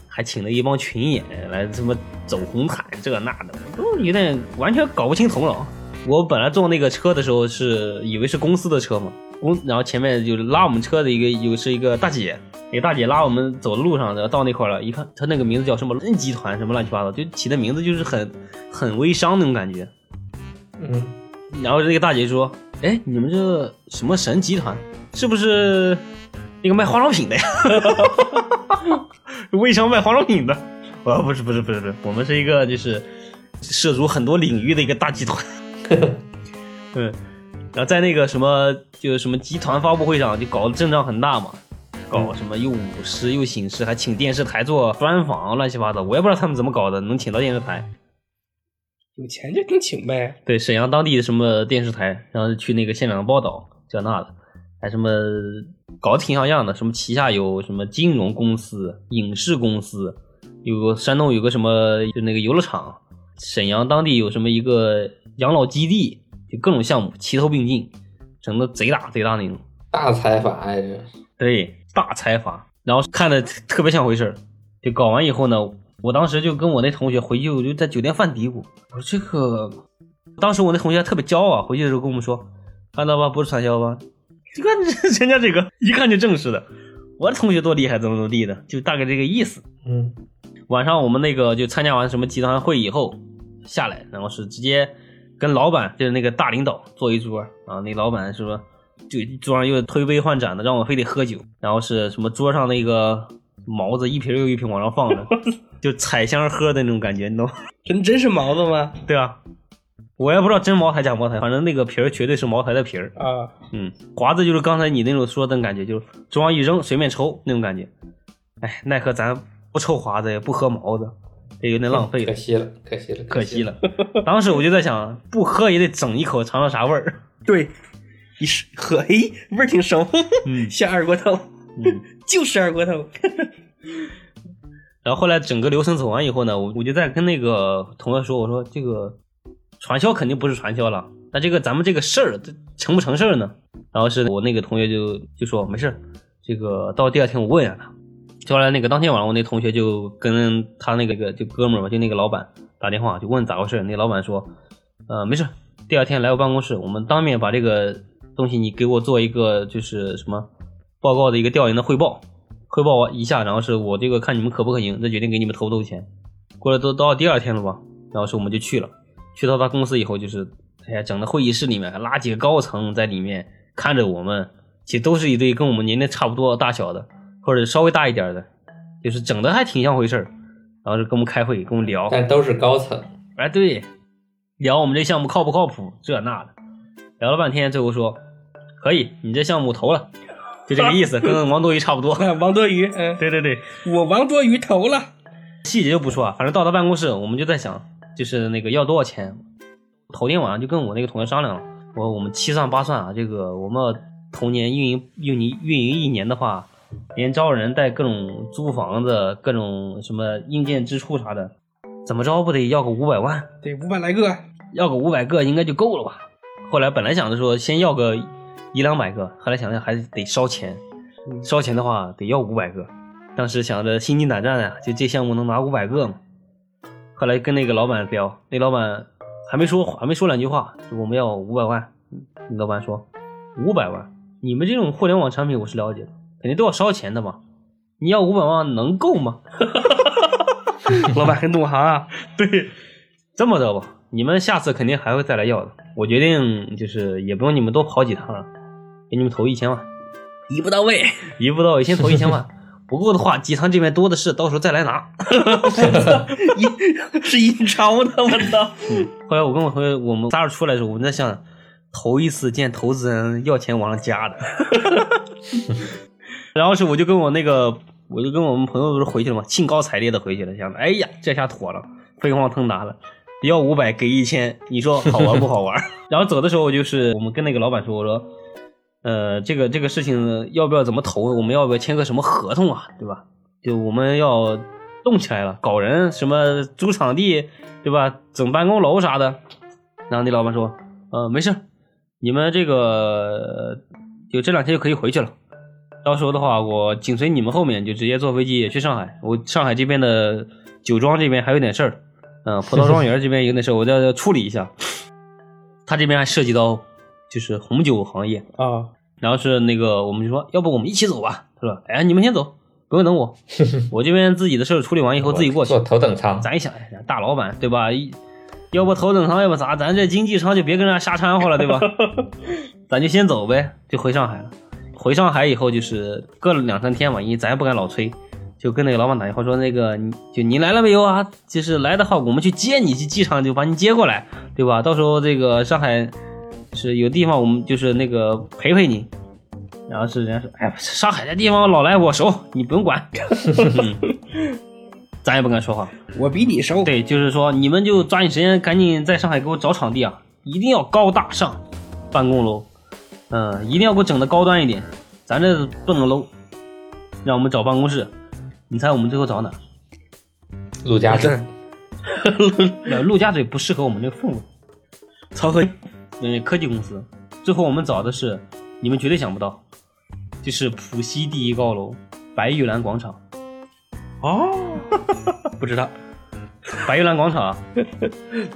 还请了一帮群演来什么走红毯这那的，都有点完全搞不清头脑。我本来坐那个车的时候是以为是公司的车嘛，公然后前面就拉我们车的一个有是一个大姐，一个大姐拉我们走的路上，然后到那块儿了，一看她那个名字叫什么 N 集团什么乱七八糟，就起的名字就是很很微商那种感觉。
嗯，
然后这个大姐说：“哎，你们这什么神集团，是不是那个卖化妆品的呀？ 微商卖化妆品的？啊，不是，不是，不是，不是，我们是一个就是涉足很多领域的一个大集团。 嗯，然后在那个什么就是什么集团发布会上，就搞得阵仗很大嘛，搞什么又舞狮又醒狮，还请电视台做专访，乱七八糟，我也不知道他们怎么搞的，能请到电视台。”
有钱就给你请呗，
对沈阳当地的什么电视台，然后去那个现场报道这那的，还什么搞得挺像样的，什么旗下有什么金融公司、影视公司，有个山东有个什么就那个游乐场，沈阳当地有什么一个养老基地，就各种项目齐头并进，整的贼大贼大那种。
大财阀呀，这
对，大财阀，然后看的特别像回事儿。就搞完以后呢，我当时就跟我那同学回去，我就在酒店犯嘀咕，我说这个，当时我那同学还特别骄傲，啊回去的时候跟我们说，看到吧，不是传销吧？ 你看这人家这个一看就正式的，我的同学多厉害，怎么怎么地的，就大概这个意思。
嗯
晚上我们那个就参加完什么集团会以后下来，然后是直接跟老板就是那个大领导坐一桌啊，那老板是说就桌上又推杯换盏的，让我非得喝酒，然后是什么桌上那个毛子一瓶又一瓶往上放着，就采香喝的那种感觉，你懂吗？
真真是毛子吗？
对啊，我也不知道真茅台假茅台，反正那个皮儿绝对是茅台的皮儿。
啊，
嗯，华子就是刚才你那种说的感觉，就是桌上一扔随便抽那种感觉。哎，奈何咱不抽华子，也不喝毛子，这有点浪费
可
了，
惜了， 可惜了，
可惜
了。
了。当时我就在想，不喝也得整一口尝尝啥味儿。
对，一是喝，哎，味儿挺熟，
嗯
像二锅头，
嗯。
就是二锅头。
然后后来整个流程走完以后呢，我我就在跟那个同学说，我说这个传销肯定不是传销了，那这个咱们这个事儿这成不成事儿呢？然后是我那个同学就就说没事儿，这个到第二天我问一下他。后来那个当天晚上，我那同学就跟他那个就哥们儿嘛，就那个老板打电话，就问咋回事儿。那老板说，呃，没事儿，第二天来我办公室，我们当面把这个东西你给我做一个就是什么报告的一个调研的汇报，汇报完一下，然后是我这个看你们可不可行，再决定给你们投不投钱。过了都到第二天了吧，然后是我们就去了，去到他公司以后，就是哎呀，整的会议室里面还拉几个高层在里面看着我们，其实都是一堆跟我们年龄差不多大小的，或者稍微大一点的，就是整的还挺像回事儿。然后就跟我们开会，跟我们聊，
但都是高层，
哎，对，聊我们这项目靠不靠谱，这那的，聊了半天，最后说可以，你这项目投了，就这个 意思，跟王多鱼差不多。
王多鱼，嗯，
对对对，
我王多鱼投了，
细节就不说啊，反正到他办公室，我们就在想，就是那个要多少钱。头天晚上就跟我那个同学商量了，我我们七算八算啊，这个我们同年运营运营运营一年的话，连招人带各种租房子、各种什么硬件支出啥的，怎么着不得要个五百万？
对，五百来个，
要个五百个应该就够了吧？后来本来想着说先要个一两百个，后来想想还得烧钱，烧钱的话得要五百个。当时想着心惊胆战啊，就这项目能拿五百个吗？后来跟那个老板聊，那老板还没说还没说两句话，就我们要五百万。那老板说五百万，你们这种互联网产品我是了解的，肯定都要烧钱的嘛。你要五百万能够吗？
老板很懂行啊，
对，这么着吧，你们下次肯定还会再来要的。我决定就是也不用你们多跑几趟了，给你们投一千万，
一步到位，
一步到位，先投一千万，不够的话，集团这边多的是，到时候再来拿。
一 是印钞的，我操！
后来我跟我同学，我们仨人出来的时候，我们在想，头一次见投资人要钱往上加的。 然后是我就跟我那个，我就跟我们朋友不是回去了嘛，兴高采烈的回去了，想着，哎呀，这下妥了，飞黄腾达了。要五百给一千，你说好玩不好玩？ 然后走的时候，我就是我们跟那个老板说，我说，呃，这个这个事情要不要怎么投？我们要不要签个什么合同啊？对吧？就我们要动起来了，搞人，什么租场地，对吧？整办公楼啥的。然后那老板说，呃，没事儿，你们这个呃就这两天就可以回去了。到时候的话，我紧随你们后面，就直接坐飞机去上海。我上海这边的酒庄这边还有点事儿，嗯、葡萄庄园这边有点事儿，我再再处理一下。他这边还涉及到就是红酒行业，
啊，
然后是那个，我们就说，要不我们一起走吧？他说，哎，你们先走，不用等我，我这边自己的事儿处理完以后自己过去
坐。头等舱，
咱一想，哎呀大老板对吧？一要不头等舱，要不咋？咱这经济舱就别跟人家瞎掺和了，对吧？咱就先走呗，就回上海了。回上海以后就是隔了两三天嘛，因为咱也不敢老催，就跟那个老板打电话说，那个你就您来了没有啊？就是来的话，我们去接你，去机场就把你接过来，对吧？到时候这个上海是有地方，我们就是那个陪陪你。然后是人家说，哎呀，上海这地方老来我熟，你不用管。 嗯咱也不敢说话，
我比你熟，
对，就是说你们就抓紧时间，赶紧在上海给我找场地啊！一定要高大上，办公楼，嗯，一定要给我整的高端一点，咱这不能 low。让我们找办公室，你猜我们最后找哪？
陆家嘴，
陆家嘴不适合我们这个氛围，
曹和
嗯，科技公司。最后我们找的是，你们绝对想不到，就是浦西第一高楼白玉兰广场。
哦，
不知道，白玉兰广场啊，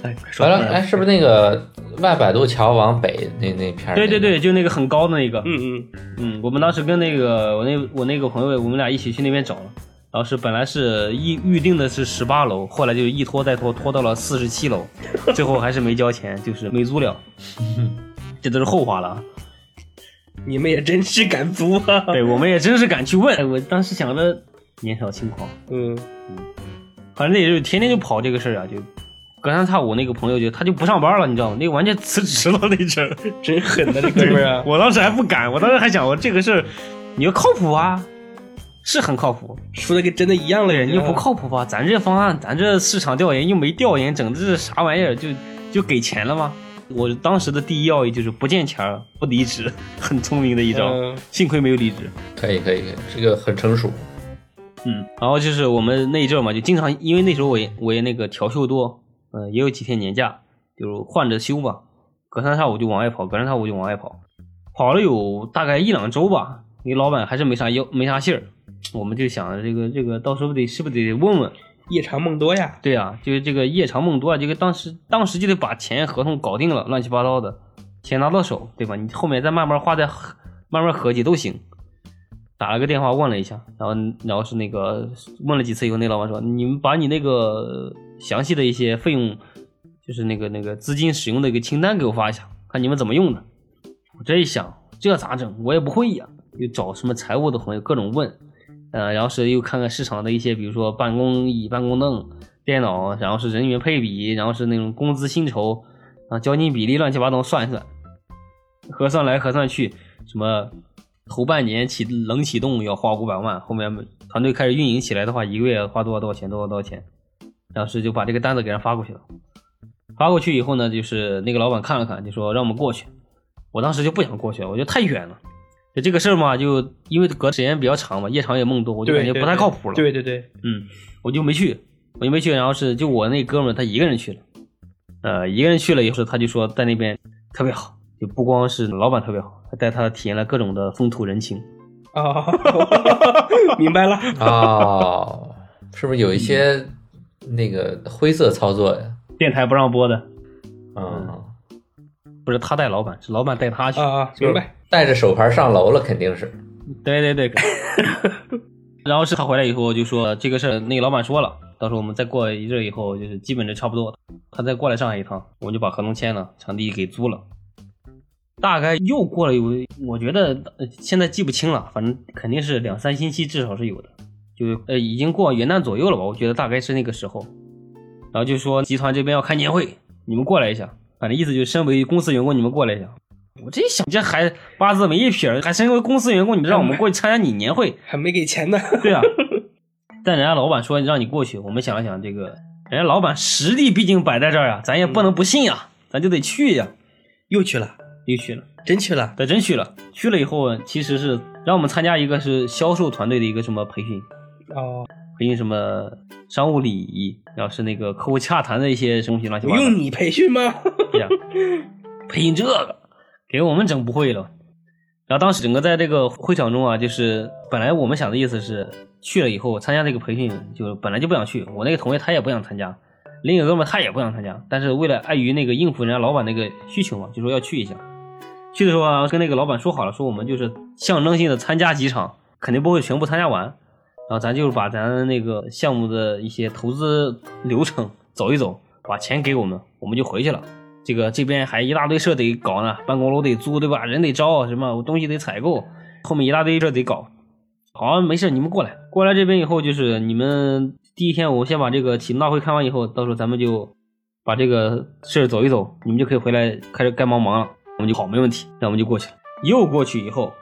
哎，快说
完了，哎，是不是那个外百度桥往北那那片儿？
对对，对，就那个很高的那个，
嗯嗯，
嗯，我们当时跟那个我那我那个朋友，我们俩一起去那边找了。当时本来是预预定的是十八楼，后来就一拖再拖，拖到了四十七楼，最后还是没交钱，就是没 租了。这都是后话了啊。
你们也真是敢租啊，
对，我们也真是敢去问。哎我当时想着年少轻狂，
嗯，
反正也就是天天就跑这个事儿啊，就隔三差五那个朋友就他就不上班了，你知道吗？那个完全辞职了那阵儿。
真狠的这哥们儿啊，
我当时还不敢，我当时还想我这个事儿，你要靠谱啊，是很靠谱。
说的跟真的一样了，嗯
对，
人
你
家
又不，靠谱吧？咱这方案，咱这市场调研又没调研，整的这啥玩意儿？就就给钱了吗？我当时的第一要义就是不见钱儿不离职， 很聪明的一招，
嗯
幸亏没有离职。
可以可以，可以，这个很成 熟。
嗯，然后就是我们那一阵儿嘛，就经常因为那时候我也我也那个调休多，嗯、也有几天年假，就是换着休吧，隔三差五就往外跑，隔三差五就往外跑，跑了有大概一两周吧，因为老板还是没啥要没啥信儿，我们就想着这个这个到时候得是不是得问问。
夜长梦多呀，
对啊，就是这个夜长梦多啊，这个当时当时就得把钱合同搞定了，乱七八糟的，钱拿到手，对吧？你后面再慢慢花，再合慢慢合计都行。打了个电话问了一下，然后然后是那个问了几次以后，那老板说：“你们把你那个详细的一些费用，就是那个那个资金使用的一个清单给我发一下，看你们怎么用的。”我这一想，这咋整？我也不会呀、又找什么财务的朋友各种问，呃，然后是又看看市场的一些，比如说办公椅、办公凳，电脑，然后是人员配比，然后是那种工资薪酬，啊，交金比例乱七八糟算一算，核算来核算去，什么头半年启冷启动要花五百万，后面团队开始运营起来的话，一个月花多少多少钱，多少多少钱，当时就把这个单子给人发过去了。发过去以后呢，就是那个老板看了看，就说让我们过去。我当时就不想过去了，我觉得太远了。就这个事儿嘛，就因为隔时间比较长嘛，夜长也梦多，我就
对
感觉不太靠谱了。
对对对，
嗯，我就没去，我就没去。然后是就我那哥们儿他一个人去了，呃，一个人去了以后，他就说在那边特别好，就不光是老板特别好，还带他体验了各种的风土人情。
啊， 明白了。
哦，是不是有一些那个灰色操作呀？
电台不让播的，
嗯，
不是他带老板，是老板带他去。
啊，明白。
带着手牌上楼了，肯定是。
对对对。然后是他回来以后就说这个事儿，那个老板说了，到时候我们再过一阵儿以后，就是基本就差不多了。他再过来上海一趟，我们就把合同签了，场地给租了。大概又过了有，我觉得呃现在记不清了，反正肯定是两三星期至少是有的，就呃已经过元旦左右了吧，我觉得大概是那个时候。然后就说集团这边要开年会，你们过来一下，反正意思就是身为公司员工你们过来一下。我这一想，这还八字没一撇儿，还身为公司员工，你让我们过去参加你年会，
还没给钱呢。
对啊，但人家老板说让你过去，我们想了想，这个人家老板实力毕竟摆在这儿啊，咱也不能不信啊，咱就得去呀、
又去了，
又去了，
真去了。
但真去了。去了以后，其实是让我们参加一个是销售团队的一个什么培训，
哦，
培训什么商务礼仪，然后是那个客户洽谈的一些东西乱七
不
八糟。
用你培训吗？
对呀，配音这个给我们整不会了。然后当时整个在这个会场中啊，就是本来我们想的意思是去了以后参加这个培训，就本来就不想去。我那个同学他也不想参加，另一个哥们儿他也不想参加，但是为了碍于那个应付人家老板那个需求嘛，就说要去一下。去的时候啊，跟那个老板说好了，说我们就是象征性的参加几场，肯定不会全部参加完。然后咱就是把咱那个项目的一些投资流程走一走，把钱给我们，我们就回去了。这个这边还一大堆事儿得搞呢，办公楼得租对吧？人得招，啊什么东西得采购，后面一大堆事儿得搞。好，没事，你们过来，过来这边以后就是你们第一天，我先把这个启动大会看完以后，到时候咱们就把这个事儿走一走，你们就可以回来开始该忙忙了。我们就好，没问题，那我们就过去了。又过去以后，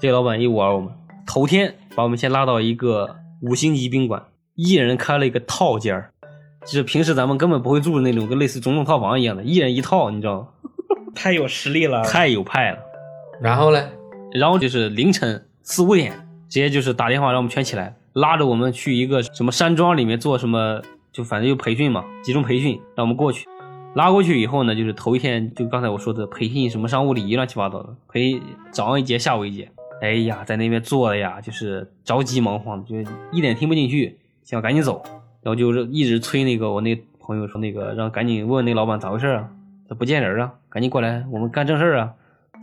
这老板一五二我们，头天把我们先拉到一个五星级宾馆，一人开了一个套间儿，就是平时咱们根本不会住的那种，跟类似总统套房一样的，一人一套，你知道吗？
太有实力了。
太有派了。
然后嘞，
然后就是凌晨四五点，直接就是打电话让我们全起来，拉着我们去一个什么山庄里面做什么，就反正就培训嘛，集中培训，让我们过去。拉过去以后呢，就是头一天就刚才我说的培训什么商务礼仪乱七八糟的，培早上一节下午一节。哎呀，在那边坐的呀，就是着急忙慌的，就是一点听不进去，想赶紧走，然后就是一直催那个我那朋友说那个让赶紧问那老板咋回事啊，他不见人啊，赶紧过来，我们干正事儿啊，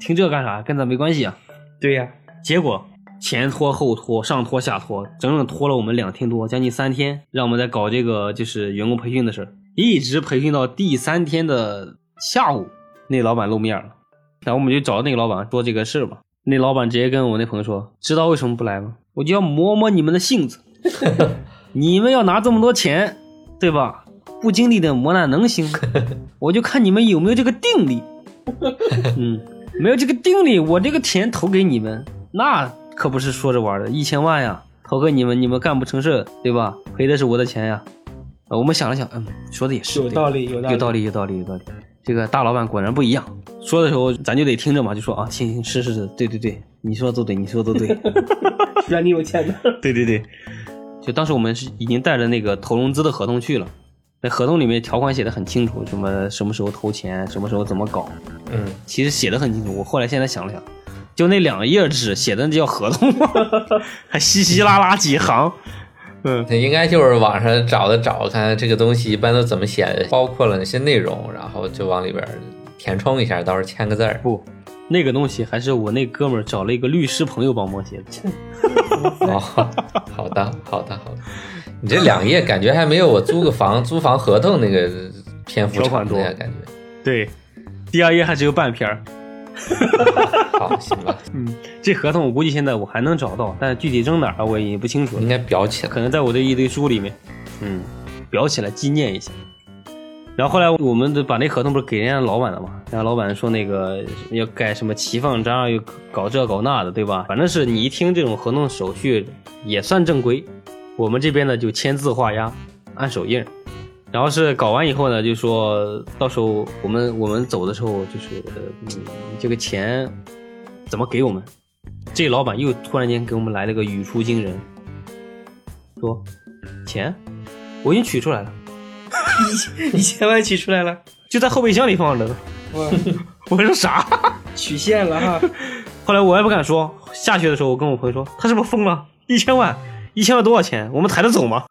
听这干啥？跟咱没关系啊。
对呀、
结果前拖后拖，上拖下拖，整整拖了我们两天多，将近三天，让我们在搞这个就是员工培训的事儿，一直培训到第三天的下午，那老板露面了，然后我们就找那个老板说这个事儿嘛。那老板直接跟我那朋友说：“知道为什么不来吗？我就要磨磨你们的性子， 你们要拿这么多钱，对吧？不经历点磨难能行吗？我就看你们有没有这个定力。 嗯，没有这个定力，我这个钱投给你们，那可不是说着玩的，一千万呀，投给你们，你们干不成事，对吧？赔的是我的钱呀。呃我们想了想，嗯，说的也是，
有
对
道理，有道理，
有道理，有道理，有道理。这个大老板果然不一样，说的时候咱就得听着嘛，就说啊，行行，是是是，对对对，你说的都对，你说的都 对，
让你有钱呢。
对对对。就当时我们是已经带着那个投融资的合同去了，那合同里面条款写的很清楚，什么什么时候投钱，什么时候怎么搞，
嗯，
其实写的很清楚。我后来现在想了想，就那两页纸写的那叫合同， 还稀稀拉拉几行，嗯，
那应该就是网上找的找，看看这个东西一般都怎么写，包括了哪些内容，然后就往里边填充一下，到时候签个字儿。
不，那个东西还是我那哥们儿找了一个律师朋友帮忙写的。
哦，好的，好的，好的。你这两页感觉还没有我租个房租房合同那个篇幅
条款
长
多
的呀，感觉。
对，第二页还只有半篇儿。
好，行 吧，
这合同我估计现在我还能啊找到，但具体扔哪儿了我也不清楚了
应，该裱起来。
可能在我这一堆书里面。嗯，裱起来纪念一下。然后后来我们的把那合同不是给人家老板了嘛？然后老板说那个要盖什么齐放章，又搞这搞那的，对吧？反正是你一听这种合同手续也算正规，我们这边呢就签字画押，按手印儿。然后是搞完以后呢，就说到时候我们我们走的时候，就是、呃嗯、这个钱怎么给我们？这老板又突然间给我们来了个语出惊人，说钱我已经取出来了，
你千万 取出来了，
就在后备箱里放着呢。
我
我说啥？
取现了哈，
后来我也不敢说。下去的时候，我跟我朋友说，他是不是疯了？一千万，一千万多少钱？我们抬得走吗？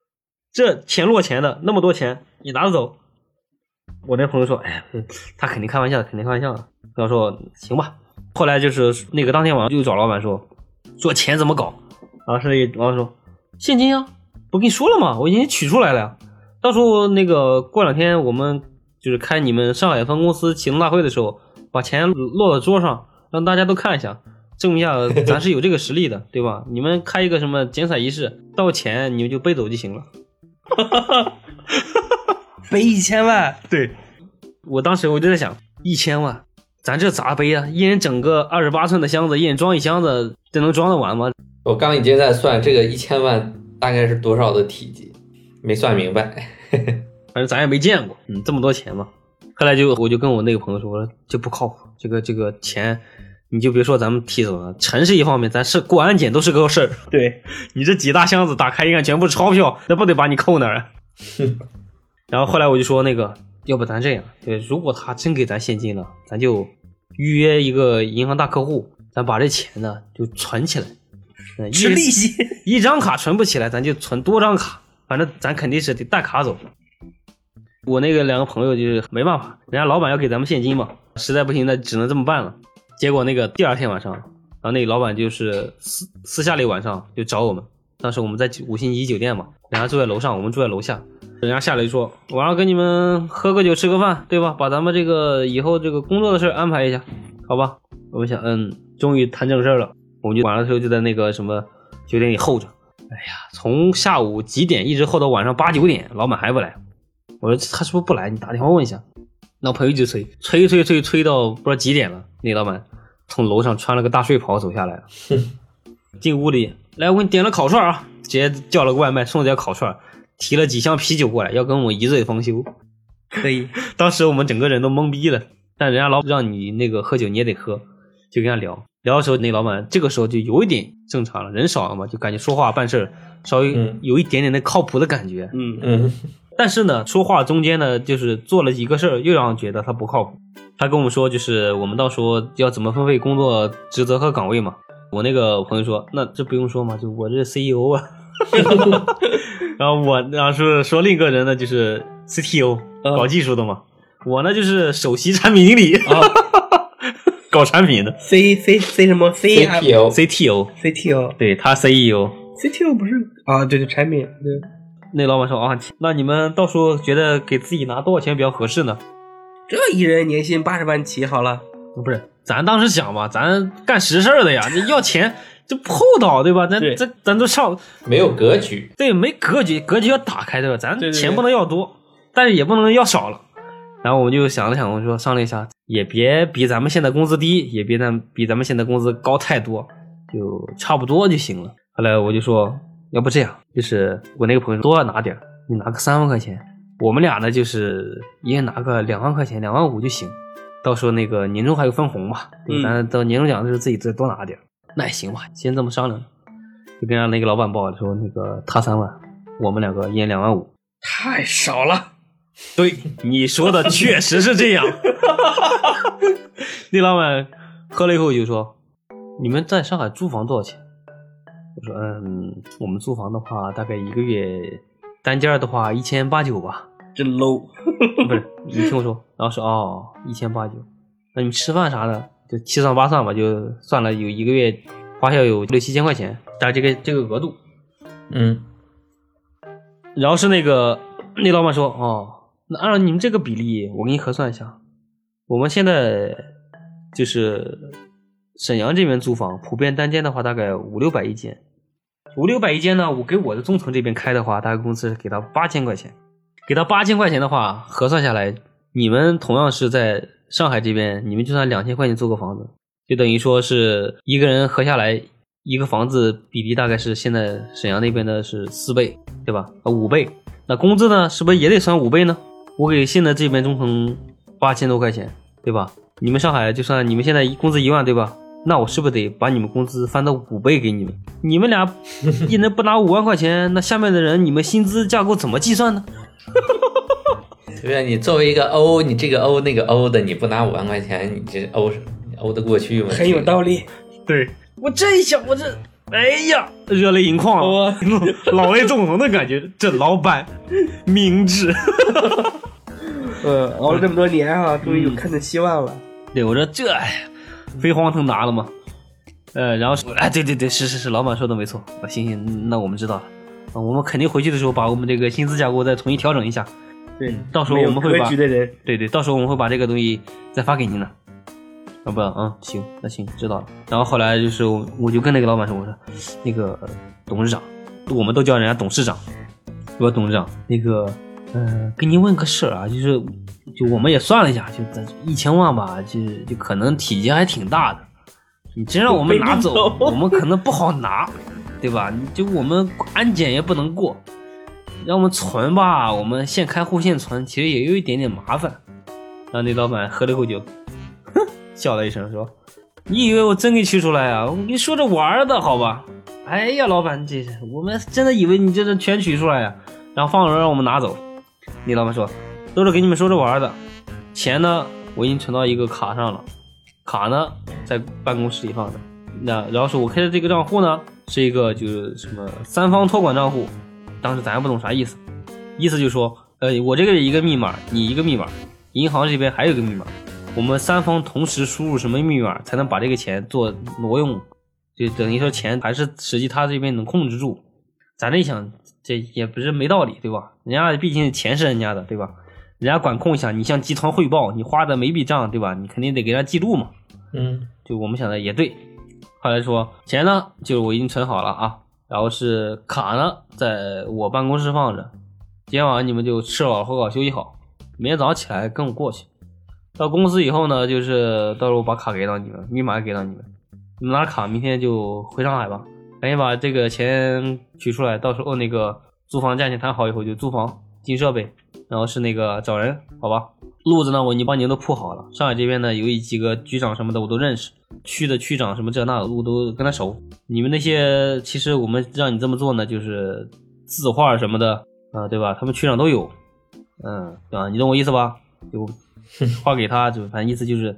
这钱落钱的，那么多钱，你拿得走？我那朋友说，哎，他肯定开玩笑的，肯定开玩笑的。他说行吧。后来就是那个当天晚上又找老板说，说钱怎么搞？然后是那个老板说，现金啊，不跟你说了吗？我已经取出来了呀。到时候那个过两天我们就是开你们上海分公司启动大会的时候，把钱落到桌上，让大家都看一下，证明一下咱是有这个实力的， 对吧？你们开一个什么剪彩仪式，到钱你们就背走就行了。
背一千万，
对，我当时我就在想，一千万，咱这咋背啊？一人整个二十八寸的箱子，一人装一箱子，这能装得完吗？
我刚已经在算这个一千万大概是多少的体积，没算明白。
反正咱也没见过，嗯，这么多钱嘛。后来就我就跟我那个朋友说，我说这不靠谱，这个这个钱，你就别说咱们提走了，城是一方面，咱是过安检都是个事儿。
对，
你这几大箱子打开一看，全部是钞票，那不得把你扣那儿啊？ 然后后来我就说那个，要不咱这样，对，如果他真给咱现金了，咱就预约一个银行大客户，咱把这钱呢就存起来，嗯一
是利息，
一张卡存不起来，咱就存多张卡，反正咱肯定是得带卡走。我那个两个朋友就是没办法，人家老板要给咱们现金嘛，实在不行那只能这么办了。结果那个第二天晚上，然后那个老板就是私私下里晚上就找我们，当时我们在五星级酒店嘛，人家住在楼上，我们住在楼下，人家下来就说晚上跟你们喝个酒吃个饭，对吧？把咱们这个以后这个工作的事儿安排一下，好吧？我们想，嗯，终于谈正事儿了，我们就晚上的时候就在那个什么酒店里候着。哎呀，从下午几点一直候到晚上八九点，老板还不来。我说他是不是不来？你打电话问一下。那我朋友一直催，催催催催到不知道几点了。那老板从楼上穿了个大睡袍走下来了， 进屋里来，我给你点了烤串啊，直接叫了个外卖送了点烤串，提了几箱啤酒过来，要跟我一醉方休。
可以，
当时我们整个人都懵逼了，但人家老让你那个喝酒你也得喝，就跟人家聊聊的时候，那老板这个时候就有一点正常了，人少了嘛，就感觉说话办事儿稍微
嗯
有一点点的靠谱的感觉。
嗯，
嗯，
但是呢，说话中间呢，就是做了一个事儿，又让人觉得他不靠谱。他跟我们说，就是我们到时候要怎么分配工作职责和岗位嘛。我那个朋友说，那这不用说嘛，就我这 CEO 啊。 然后我，然后是说另一个人呢，就是 CTO，
嗯
搞技术的嘛。我呢就是首席产品经理，
啊
搞产品的
C C C 什么 C M
CPO
CTO，
C T O
对他 E CEO。
C T O 不是啊？对对，产品对，
那老板说啊，那你们到时候觉得给自己拿多少钱比较合适呢？
这一人年薪八十万起，好了，
不是，咱当时想嘛，咱干实事儿的呀，你要钱这不厚道对吧？咱
对
这咱都上
没有格局，
对没格局，格局要打开对吧？咱
对对对
钱不能要多，但是也不能要少了。然后我们就想了想，我们说商量一下，也别比咱们现在工资低，也别咱比咱们现在工资高太多，就差不多就行了。后来我就说，要不这样，就是我那个朋友多拿点儿，你拿个三万块钱，我们俩呢就是一人拿个两万块钱，两万五就行。到时候那个年终还有分红嘛，对吧，
嗯
咱到年终奖的时候自己再多拿点儿。那也行吧，先这么商量，就跟让那个老板报说，那个他三万，我们两个一人两万五。
太少了，
对，你说的确实是这样。 那老板喝了以后就说：“你们在上海租房多少钱？”我说：“嗯，我们租房的话，大概一个月单间儿的话一千八九吧。
真 low，
不是，你听我说。”然后说：“哦，一千八九。那你们吃饭啥的，就七上八上吧，就算了，有一个月花销有六七千块钱，但这个这个额度。”
嗯，
然后是那个那老板说，哦，那按照你们这个比例，我给你核算一下，我们现在就是沈阳这边租房，普遍单间的话大概五六百一间，五六百一间呢，我给我的中层这边开的话，大概工资给到八千块钱，给他八千块钱的话，核算下来，你们同样是在上海这边，你们就算两千块钱租个房子，就等于说是一个人合下来一个房子比例大概是现在沈阳那边的是四倍，对吧？啊，五倍。那工资呢，是不是也得算五倍呢？我给现在这边中层八千多块钱，对吧？你们上海就算你们现在工资一万，对吧？那我是不是得把你们工资翻到五倍给你们？你们俩一人不拿五万块钱，那下面的人你们薪资架构怎么计算呢？
对啊，你作为一个 O，你这个 O 那个 O 的，你不拿五万块钱，你这 O 是 O 得过去吗？
很有道理。
对我这一想，我这哎呀，热泪盈眶
我
了，老泪纵横的感觉。这老板明智，
嗯，熬了这么多年啊，终于有看见希望了。
对我说这哎飞黄腾达了嘛。呃，然后说哎，对对对，是是是，老板说的没错。啊行行，那我们知道了。啊，我们肯定回去的时候把我们这个薪资架构再重新调整一下。
对，
到时候我们会
没有
把
格局的人，
对对，到时候我们会把这个东西再发给您的。啊不，嗯，行，那行，知道了。然后后来就是我，我就跟那个老板说，我说，那个呃董事长，我们都叫人家董事长，我说董事长，那个，呃，跟您问个事儿啊，就是，就我们也算了一下，就咱一千万吧，就就可能体积还挺大的，你真让我们拿走，我们可能不好拿，对吧？你就我们安检也不能过，让我们存吧，我们现开户现存，其实也有一点点麻烦。然后那老板喝了口酒，哼，笑了一声说：“你以为我真给取出来啊？我跟你说着玩儿的好吧？”哎呀，老板，这是我们真的以为你这是全取出来呀、然后放着让我们拿走。那老板说：“都是给你们说着玩儿的，钱呢我已经存到一个卡上了，卡呢在办公室里放着。那然后说我开的这个账户呢是一个就是什么三方托管账户，当时咱也不懂啥意思，意思就是说，呃，我这个一个密码，你一个密码，银行这边还有一个密码，我们三方同时输入什么密码才能把这个钱做挪用，就等于说钱还是实际他这边能控制住。咱这一想，这也不是没道理，对吧？人家毕竟钱是人家的，对吧？人家管控一下，你向集团汇报，你花的每笔账，对吧？你肯定得给人家记录嘛。
嗯，
就我们想的也对。后来说钱呢，就是我已经存好了啊，然后是卡呢，在我办公室放着。今天晚上你们就吃好喝好休息好，明天早上起来跟我过去。到公司以后呢，就是到时候我把卡给到你们，密码也给到你们，你们拿着卡明天就回上海吧，赶紧把这个钱取出来，到时候那个租房价钱谈好以后就租房进设备，然后是那个找人，好吧？路子呢，我已经帮您都铺好了。上海这边呢，有几个局长什么的我都认识，区的区长什么这那的我都跟他熟。你们那些其实我们让你这么做呢，就是字画什么的啊、对吧？他们区长都有，嗯，对吧？你懂我意思吧？就画给他，就反正意思就是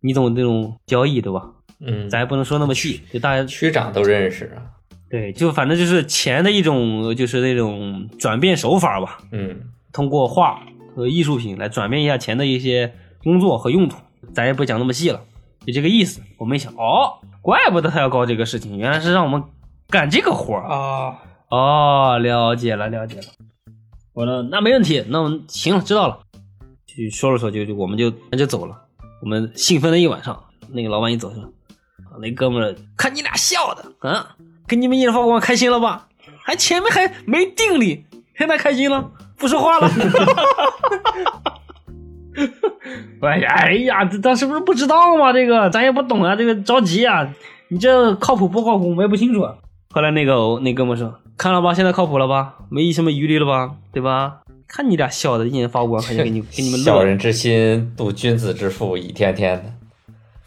你懂这种交易对吧？
嗯，
咱也不能说那么细，就大家
区长都认识啊。
对，就反正就是钱的一种，就是那种转变手法吧。
嗯，
通过画和艺术品来转变一下钱的一些工作和用途。咱也不讲那么细了，就这个意思。我们一想，哦，怪不得他要搞这个事情，原来是让我们干这个活儿啊！
啊，
哦，了解了，了解了。我说那没问题，那我们行了，知道了。去说了说就就我们就那就走了。我们兴奋了一晚上。那个老板一走说，啊那哥们儿看你俩笑的啊，跟你们一人发光开心了吧？还前面还没定力，现在开心了，不说话了。 哎呀，哎呀，这咱是不是不知道嘛？这个咱也不懂啊，这个着急啊。你这靠谱不靠谱，我们也不清楚啊。后来那个那哥们说，看了吧，现在靠谱了吧？没什么疑虑了吧？对吧？看你俩笑的，一人发光，还想给你给你们乐
小人之心度君子之腹，一天天的。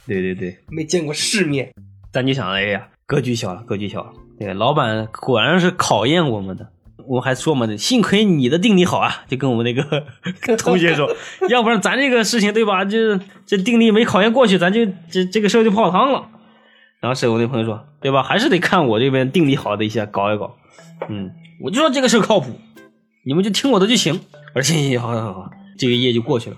对对对，
没见过世面，
咱就想，哎呀，格局小了，格局小了。对，老板果然是考验我们的。我还说嘛，幸亏你的定力好啊，就跟我们那个同学说，要不然咱这个事情对吧？这这定力没考验过去，咱就这这个事儿就泡汤了。然后是我那朋友说，对吧？还是得看我这边定力好的一些搞一搞。嗯，我就说这个事儿靠谱，你们就听我的就行。而且好好好，这个夜就过去了。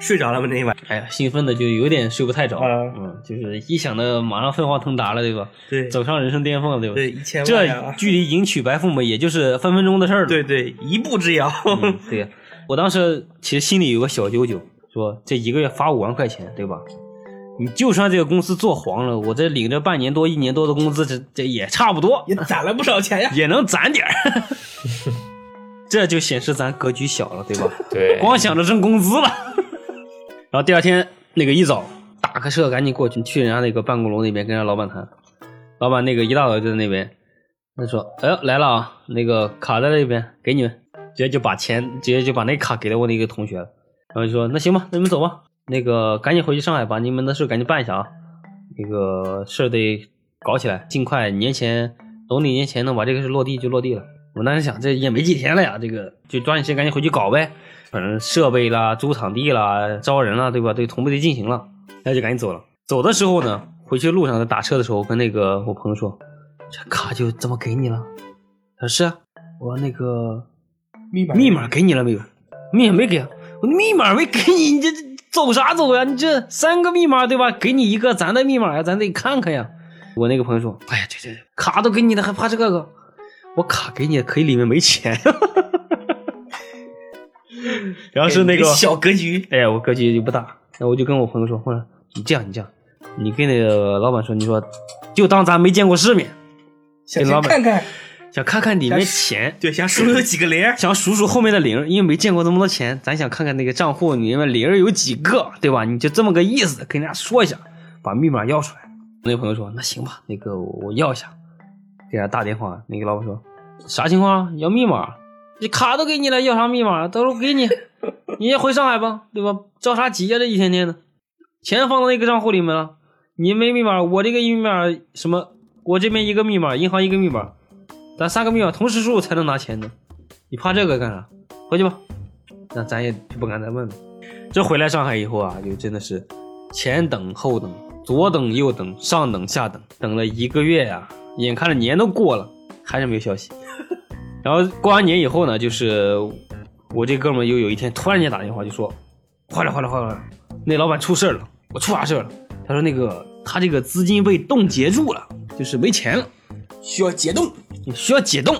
睡着了吗？那一晚？
哎呀，兴奋的就有点睡不太着，
啊
嗯，就是一想到马上飞黄腾达了，对吧？
对
走上人生巅峰了，对吧？
对，一千万
这
啊！
距离迎娶白富美也就是分分钟的事儿了。
对对，一步之遥。
嗯，对呀，我当时其实心里有个小九九，说这一个月发五万块钱，对吧？你就算这个公司做黄了，我这领着半年多、一年多的工资，这这也差不多，
也攒了不少钱呀。
也能攒点儿。 这就显示咱格局小了，对吧？
对，
光想着挣工资了。 然后第二天那个一早打个车赶紧过去，去人家那个办公楼那边跟人家老板谈，老板那个一大早就在那边，他说：“哎呦来了啊，那个卡在那边，给你们。”直接就把钱，直接就把那卡给了我那个同学了。然后就说：“那行吧，那你们走吧，那个赶紧回去上海把你们的事赶紧办一下啊，那个事儿得搞起来，尽快年前农历年前能把这个事落地就落地了。”我当时想，这也没几天了呀，这个就抓紧时间赶紧回去搞呗。反正设备啦、租场地啦、招人啦，对吧？对，同步的进行了，那就赶紧走了。走的时候呢，回去路上在打车的时候，我跟那个我朋友说，这卡就这么给你了。他说是啊，我那个
密码
密码给你了没有？密码没给啊，我的密码没给你，你这这走啥走呀？你这三个密码对吧？给你一个咱的密码呀，咱得看看呀。我那个朋友说，哎呀，这这卡都给你了，还怕这个？我卡给你，可以里面没钱。 然后是那个
小格局，
哎呀，我格局就不大。那我就跟我朋友说，我说你这样，你这样，你跟那个老板说，你说就当咱没见过世面，
想
给老
先
板
看看，
想看看里面钱，
对，想数有几个零儿，
想数数后面的零，因为没见过那么多钱，咱想看看那个账户里面零有几个，对吧？你就这么个意思，跟人家说一下，把密码要出来。我那朋友说，那行吧，那个我我要一下，给他打电话。那个老板说，啥情况？啊要密码？你卡都给你了，要啥密码？到时候给你，你也回上海吧，对吧？着啥急呀、啊这一天天的，钱放到那个账户里面了，你没密码，我这个密码什么？我这边一个密码，银行一个密码，咱三个密码同时输入才能拿钱呢。你怕这个干啥？回去吧。那咱也就不敢再问了。这回来上海以后啊，就真的是前等后等，左等右等，上等下等，等了一个月呀、眼看着年都过了，还是没有 消息。然后过完年以后呢，就是我这哥们儿又有一天突然间打电话就说：“坏了坏了坏了，那老板出事儿了，我出啥事儿了？”他说：“那个他这个资金被冻结住了，就是没钱了，
需要解冻。
需要解冻。”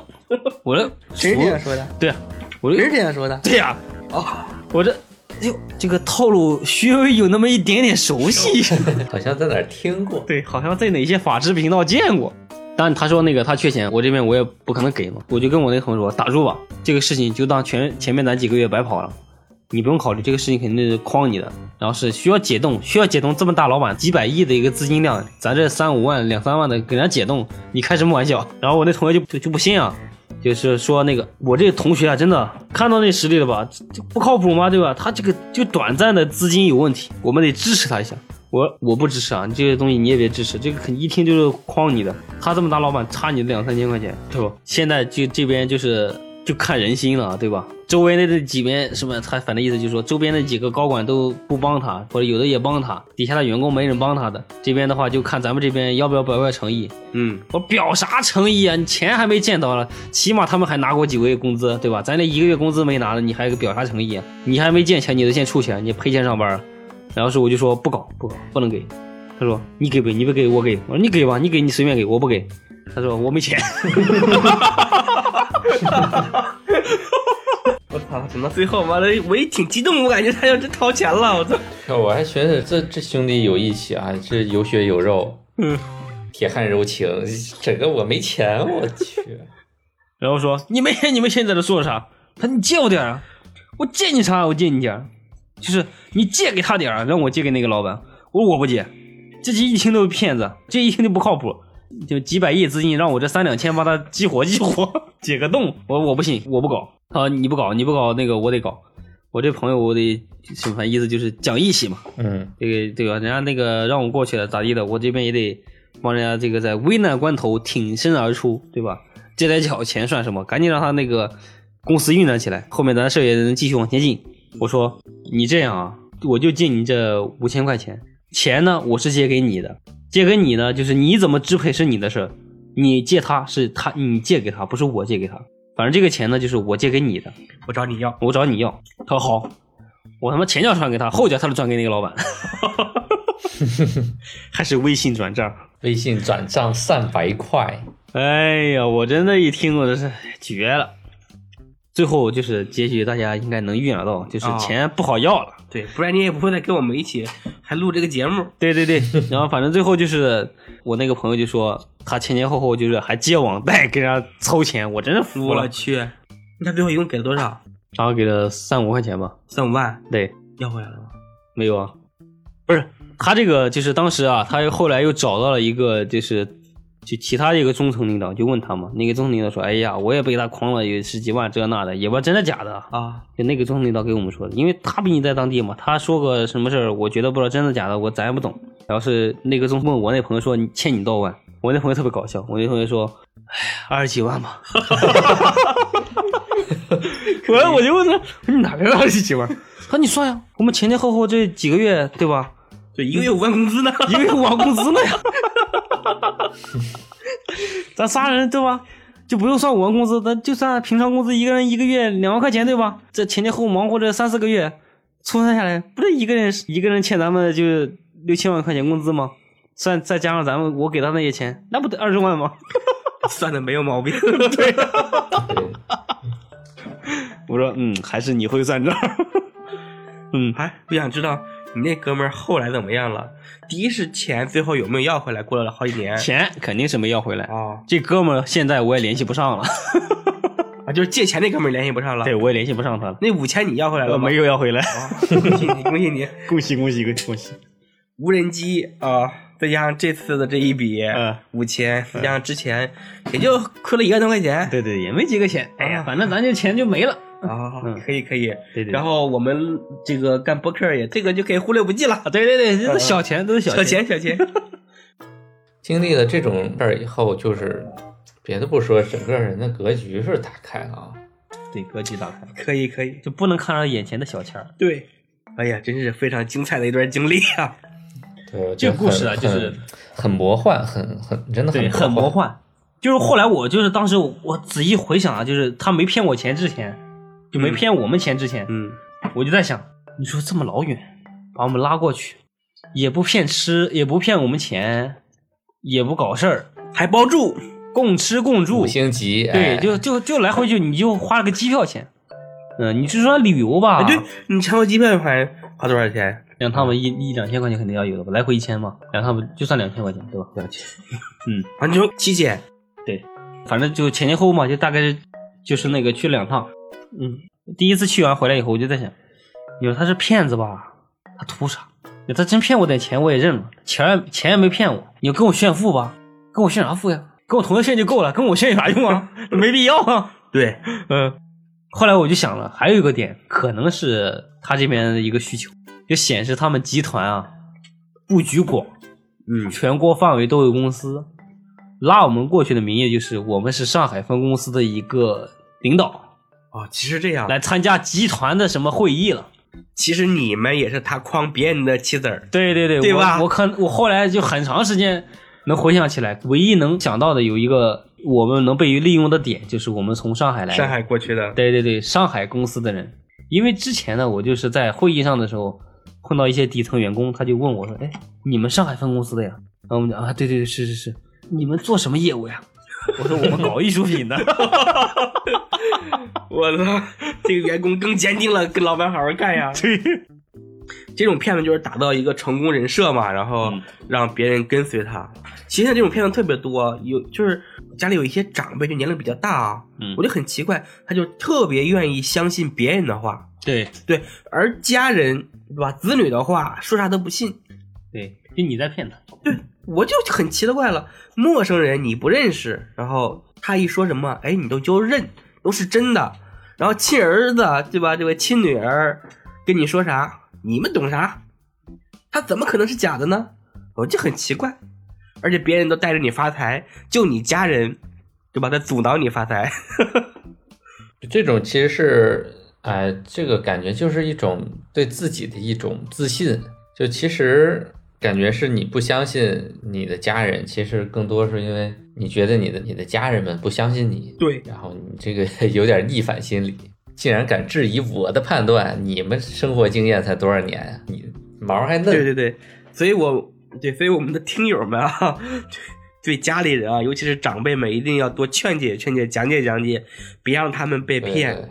我说：“
谁是这样说的？
对啊，我说
谁是这样说的？
对呀、
哦，
我这，哎呦，这个套路稍微有那么一点点熟悉。
好像在哪儿听过。
对，好像在哪些法制频道见过。但他说那个他缺钱，我这边我也不可能给嘛，我就跟我那同事说打住吧，这个事情就当前前面咱几个月白跑了，你不用考虑这个事情肯定是诓你的，然后是需要解冻，需要解冻这么大老板几百亿的一个资金量，咱这三五万两三万的给人家解冻，你开什么玩笑？然后我那同学就就就不信啊，就是说那个我这同学啊，真的看到那实力了吧，这这不靠谱吗？对吧？他这个就短暂的资金有问题，我们得支持他一下。我我不支持啊，你这些东西你也别支持，这个肯一听就是诓你的。他这么大老板差你两三千块钱，对吧？现在就这边就是就看人心了，啊对吧？周围那这几边什么，他反正意思就是说，周边那几个高管都不帮他，或者有的也帮他，底下的员工没人帮他的。这边的话就看咱们这边要不要表表诚意，
嗯，
我表啥诚意啊？你钱还没见到了，起码他们还拿过几个月工资，对吧？咱这一个月工资没拿呢，你还表啥诚意啊？你还没见钱，你都先出钱，你赔钱上班啊。然后是我就说不搞不搞，不能给。他说你给不给？你不给我给。我说你给吧，你给你随便给，我不给。他说我没钱。
我操，怎么最后妈的我也挺激动，我感觉他要真掏钱了，我操，
我还觉得这这兄弟有义气啊，这有血有肉，
嗯，
铁汉柔情。整个我没钱，我去，
然后说你没钱，你没钱在这说啥？他说你借我点儿啊，我借你啥？我借你点儿，就是你借给他点儿啊，让我借给那个老板。我说我不借，这一听都是骗子，这一听就不靠谱。就几百亿资金，让我这三两千把他激活激活，解个冻。我我不信，我不搞。他说你不搞，你不搞那个我得搞。我这朋友我得什么意思就是讲义气嘛，
嗯，
这个对吧？人家那个让我过去了，咋地的？我这边也得帮人家这个在危难关头挺身而出，对吧？这点小钱算什么？赶紧让他那个公司运转起来，后面咱的事儿也能继续往前进。我说你这样啊，我就借你这五千块钱，钱呢我是借给你的，借给你呢就是你怎么支配是你的事儿，你借他是他你借给他，不是我借给他。反正这个钱呢就是我借给你的，
我找你要，
我找你要。他说好，我他妈前脚转给他，后脚他就转给那个老板， 还是微信转账。
微信转账三百块，
哎呀，我真的一听我这是绝了。最后就是结局，大家应该能预料到，就是
啊
钱不好要了。
对，不然你也不会再跟我们一起还录这个节目，
对对对，然后反正最后就是我那个朋友就说，他前前后后就是还借网贷跟人家凑钱，我真是服
我
了。
去，他最后一共给了多少？
然后给了三五块钱吧，
三五万
对，
要回来了吗？
没有啊，不是他这个就是当时啊，他又后来又找到了一个就是就其他一个中层领导，就问他嘛，那个中层领导说，哎呀，我也被他诓了有十几万这那的，也不知道真的假的啊。
啊，
就那个中层领导给我们说的，因为他毕竟在当地嘛，他说个什么事儿，我觉得不知道真的假的，我咱也不懂。然后是那个中问我那朋友说你欠你多少万，我那朋友特别搞笑，我那朋友说，哎，二十几万吧。完了我就问他，我说你哪来的二十几万？他说你算呀，我们前前后后这几个月对吧，
就一个月五万工资呢？
一个月五万工资呢 呀，咱仨人对吧？就不用算五万工资，咱就算平常工资，一个人一个月两万块钱对吧？这前前后后忙活这三四个月，粗算下来，不是一个人一个人欠咱们就六七万块钱工资吗？算再加上咱们我给他那些钱，那不得二十万吗？
算的没有毛病。啊
对，
我说嗯，还是你会算账。 嗯，
哎，我想知道你那哥们儿后来怎么样了？第一是钱最后有没有要回来？过了好几年
钱肯定是没要回来。
啊
这哥们儿现在我也联系不上了，
啊，就是借钱那哥们儿联系不上了。
对，我也联系不上他了，
那五千你要回来了
我
吗？
没有要回来。
啊，恭喜 你，恭喜你！
恭喜恭喜恭喜恭喜！
无人机啊，再加上这次的这一笔
嗯
五千，再加上之前也就亏了一万多块钱
对对，也没几个钱，哎呀，反正咱这钱就没了。
啊
嗯，
可以可以。
对对
然后我们这个干播客也这个就可以忽略不计了
啊，，对对对，都是小钱，都是
小
钱。
钱小钱。
经历了这种事儿以后，就是别的不说，整个人的格局是打开了啊。
对，格局打开，
可以可以，
就不能看上眼前的小钱儿。
对，哎呀，真是非常精彩的一段经历啊！
对，我
这
觉得
个故事啊
很
就是
很很魔幻，很很真的
对，很魔。幻。就是后来我就是当时我我仔细回想啊，就是他没骗我钱之前，就没骗我们钱之前，
嗯，
我就在想，你说这么老远把我们拉过去，也不骗吃，也不骗我们钱，也不搞事儿，
还包住，
共吃共住
五，星级，
对，
哎
就就就来回就你就花了个机票钱，嗯、你就说旅游吧，
啊，对你长途机票还花多少钱？
让他们一一两千块钱肯定要有的吧，来回一千嘛，让他们就算两千块钱，对吧？
两千，嗯，啊，你说七千，
反正就前前后后嘛，就大概是就是那个去两趟，嗯，第一次去完回来以后，我就在想，你说他是骗子吧，他图啥？你说他真骗我点钱我也认了，钱儿钱也没骗我，你要跟我炫富吧，跟我炫啥富呀？跟我同学炫就够了，跟我炫有啥用啊？没必要啊。
对，
嗯，后来我就想了，还有一个点，可能是他这边的一个需求，就显示他们集团啊布局广，
嗯
全国范围都有公司，拉我们过去的名义就是我们是上海分公司的一个领导，
哦，其实这样，
来参加集团的什么会议了。
其实你们也是他诓别人的棋子儿，
对对对，
对吧
我我看我后来就很长时间能回想起来，唯一能想到的有一个我们能被利用的点，就是我们从上海来的，
上海过去的，
对对对，上海公司的人，因为之前呢，我就是在会议上的时候碰到一些底层员工，他就问我说：“哎，你们上海分公司的呀？”然后我们讲啊，对对对，是是是，你们做什么业务呀？ 我说我们搞艺术品的，
我操，这个员工更坚定了，跟老板好好干 呀。
对，
这种骗子就是打造一个成功人设嘛，然后
嗯
让别人跟随他。其实现在这种骗子特别多，有就是家里有一些长辈就年龄比较大啊，
嗯
我就很奇怪，他就特别愿意相信别人的话，
对
对，而家人对吧，子女的话说啥都不信，
对，就你在骗他，
我就很奇了怪了，陌生人你不认识，然后他一说什么，哎，你都就认，都是真的。然后亲儿子对吧？这位亲女儿跟你说啥，你们懂啥？他怎么可能是假的呢？我就很奇怪，而且别人都带着你发财，就你家人对吧？在阻挠你发财，
这种其实是，哎、这个感觉就是一种对自己的一种自信。就其实感觉是你不相信你的家人，其实更多是因为你觉得你的你的家人们不相信你，
对
然后你这个 有点逆反心理，竟然敢质疑我的判断，你们生活经验才多少年啊？你毛还嫩，
对对对，所以我对，所以我们的听友们啊，对对家里人啊，尤其是长辈们，一定要多劝解劝解，讲解讲解，别让他们被
对
骗。
对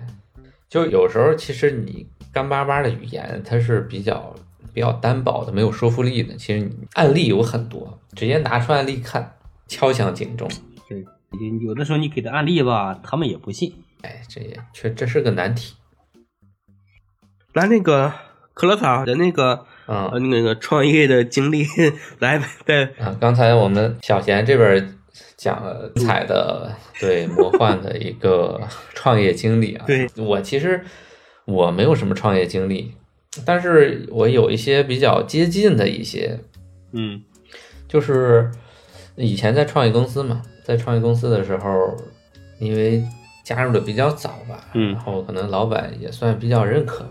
就有时候，其实你干巴巴的语言，它是比较比较单薄的，没有说服力的。其实你案例有很多，直接拿出案例看，敲响警钟。
对，有的时候你给的案例吧，他们也不信，
哎，这也确这是个难题。
拿那个克罗草的那个
嗯
呃那个创业的经历 来再
啊，刚才我们小贤这边儿讲了彩的对魔幻的一个创业经历啊。
对
我其实我没有什么创业经历，但是我有一些比较接近的一些，
嗯
就是以前在创业公司嘛，在创业公司的时候，因为加入的比较早吧，
嗯
然后可能老板也算比较认可，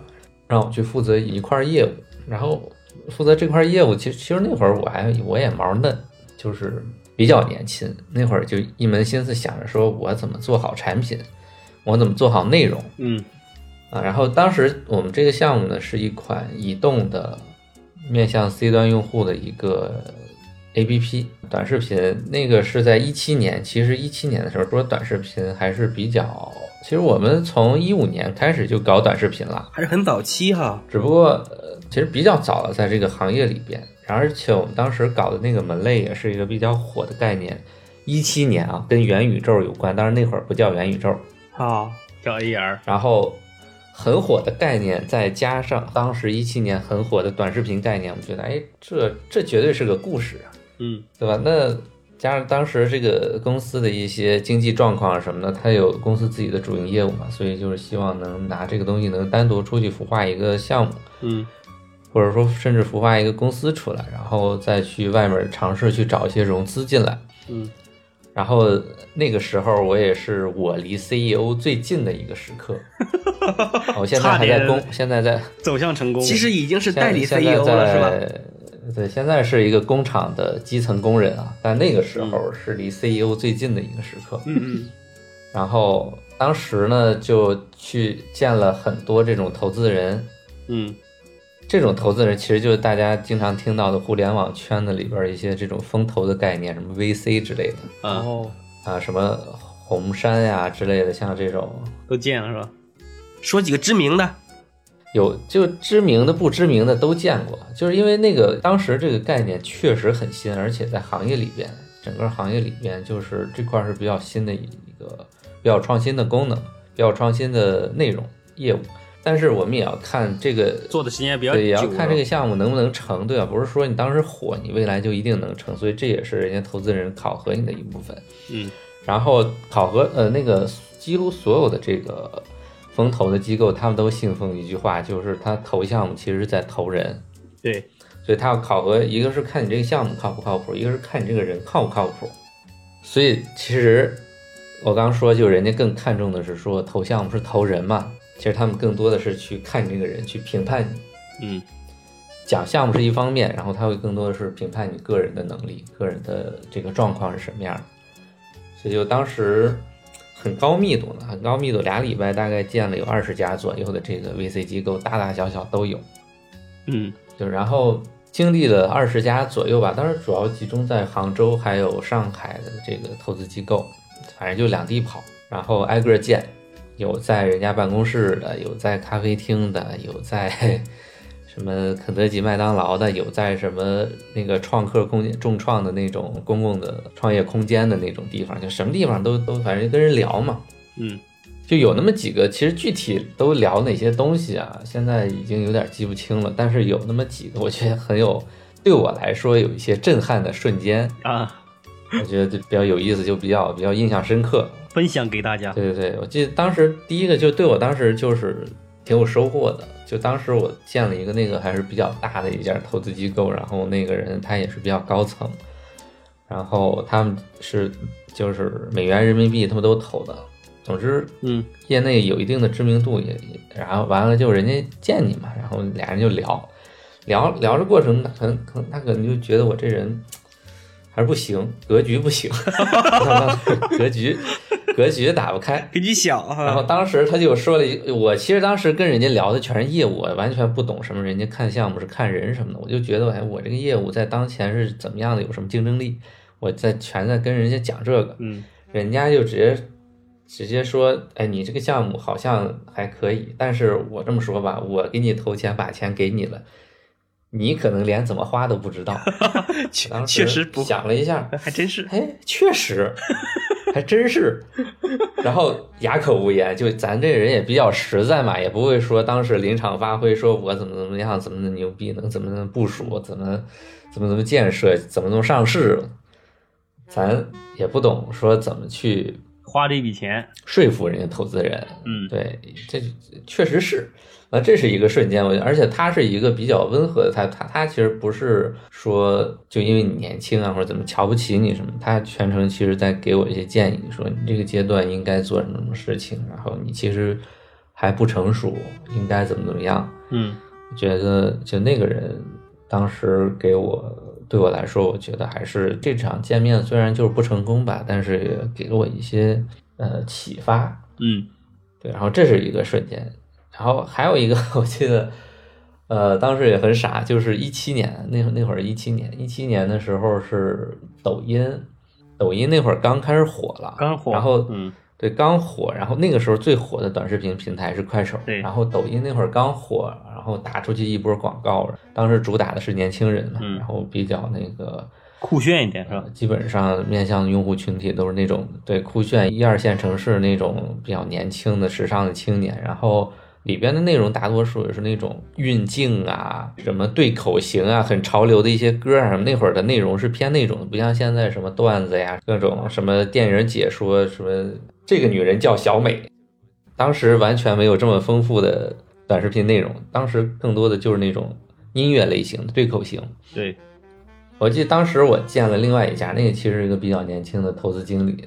让我去负责一块儿业务，然后负责这块儿业务，其实其实那会儿我还我也毛嫩，就是比较年轻，那会儿就一门心思想着说我怎么做好产品，我怎么做好内容，
嗯
啊，然后当时我们这个项目呢是一款移动的面向 C 端用户的一个 APP 短视频，那个是在一七年，其实一七年的时候做短视频还是比较，其实我们从一五年开始就搞短视频了，
还是很早期哈，
只不过呃其实比较早了，在这个行业里边，然后而且我们当时搞的那个门类也是一个比较火的概念，一七年啊跟元宇宙有关，当然那会儿不叫元宇宙，
啊，
叫 AR，
然后很火的概念，再加上当时一七年很火的短视频概念，我们觉得，哎，这这绝对是个故事啊，
嗯
对吧？那加上当时这个公司的一些经济状况啊什么的，它有公司自己的主营业务嘛，所以就是希望能拿这个东西能单独出去孵化一个项目，
嗯
或者说甚至孵化一个公司出来，然后再去外面尝试去找一些融资进来。
嗯
然后那个时候，我也是我离 CEO 最近的一个时 刻。我现在还在公
差，点
现在在
走向成功。
其实已经是
现
代理
现在
CEO 了是吧？
在对，现在是一个工厂的基层工人啊，但那个时
嗯
候是离 CEO 最近的一个时刻。
嗯
然后当时呢，就去见了很多这种投资人，
嗯嗯
这种投资人其实就是大家经常听到的互联网圈子里边一些这种风投的概念，什么 VC 之类的。
啊，
哦，
啊，什么红杉呀、之类的，像这种
都见了是吧？
说几个知名的，
有就知名的、不知名的都见过，就是因为那个当时这个概念确实很新，而且在行业里边，整个行业里边就是这块是比较新的一个比较创新的功能、比较创新的内容业务。但是我们也要看这个
做的时间比较久，
对，也要看这个项目能不能成，对吧、不是说你当时火，你未来就一定能成，所以这也是人家投资人考核你的一部分。
嗯，
然后考核呃那个几乎所有的这个风投的机构，他们都信奉一句话，就是他投项目其实是在投人，
对，
所以他要考核，一个是看你这个项目靠不靠谱，一个是看你这个人靠不靠谱。所以其实我刚说，就人家更看重的是说投项目是投人嘛，其实他们更多的是去看你这个人，去评判你。
嗯
讲项目是一方面，然后他会更多的是评判你个人的能力、个人的这个状况是什么样的。所以就当时很高密度呢，很高密度，俩礼拜大概见了有二十家左右的这个 VC 机构，大大小小都有。
嗯
就然后经历了二十家左右吧，当时主要集中在杭州还有上海的这个投资机构，反正就两地跑，然后挨个儿见，有在人家办公室的，有在咖啡厅的，有在什么肯德基、麦当劳的，有在什么那个创客空间、众创的那种公共的创业空间的那种地方，就什么地方都都反正跟人聊嘛。
嗯
就有那么几个，其实具体都聊哪些东西啊，现在已经有点记不清了。但是有那么几个，我觉得很有，对我来说有一些震撼的瞬间，
啊，
我觉得就比较有意思，就比较比较印象深刻。
分享给大 家。
对对对，我记得当时第一个就对我当时就是挺有收获的，就当时我见了一个那个还是比较大的一家投资机构，然后那个人他也是比较高层，然后他们是就是美元、人民币他们都投的，总之
嗯
业内有一定的知名度也，也然后完了就人家见你嘛，然后俩人就聊，聊聊着过程，可能可能他可能就觉得我这人还是不行，格局不行， 格局 格局打不开。
格局小
然后
哈，
当时他就说了一，我其实当时跟人家聊的全是业务，我完全不懂什么人家看项目是看人什么的，我就觉得哎，我这个业务在当前是怎么样的，有什么竞争力，我在全在跟人家讲这个，
嗯
人家就直接直接说，哎，你这个项目好像还可以，但是我这么说吧，我给你投钱，把钱给你了，你可能连怎么花都 不知道。
确
当时
确实不，
想了一下，
还真是
哎，确实，还真是。然后哑口无言，就咱这人也比较实在嘛，也不会说当时临场发挥，说我怎么怎么样，怎么怎么牛逼，能怎么怎么部署，怎么怎么怎么建设，怎么怎么上市，咱也不懂说怎么去
花这笔钱，
说服人家投资人。
嗯，
对，这确实是，啊，这是一个瞬间，我觉得，而且他是一个比较温和的态度，他他他其实不是说就因为你年轻啊或者怎么瞧不起你什么，他全程其实在给我一些建议，说你这个阶段应该做什么什么事情，然后你其实还不成熟，应该怎么怎么样。
嗯，
我觉得就那个人当时给我。对我来说，我觉得还是这场见面虽然就是不成功吧，但是也给了我一些呃启发。
嗯，
对，然后这是一个瞬间，然后还有一个我记得，呃，当时也很傻，就是一七年那那会儿一七年一七年的时候是抖音，抖音那会儿刚开始火了，
刚火，
然后
嗯，
对刚火，然后那个时候最火的短视频平台是快手，
对
然后抖音那会儿刚火，然后打出去一波广告，当时主打的是年轻人嘛，
嗯
然后比较那个。
酷炫一点是吧？
基本上面向用户群体都是那种对酷炫一二线城市那种比较年轻的时尚的青年，然后里边的内容大多数也是那种运镜啊、什么对口型啊、很潮流的一些歌啊什么。那会儿的内容是偏那种的，不像现在什么段子呀、各种什么电影解说什么。这个女人叫小美，当时完全没有这么丰富的短视频内容，当时更多的就是那种音乐类型的对口型。
对，
我记得当时我见了另外一家，那个其实是一个比较年轻的投资经理，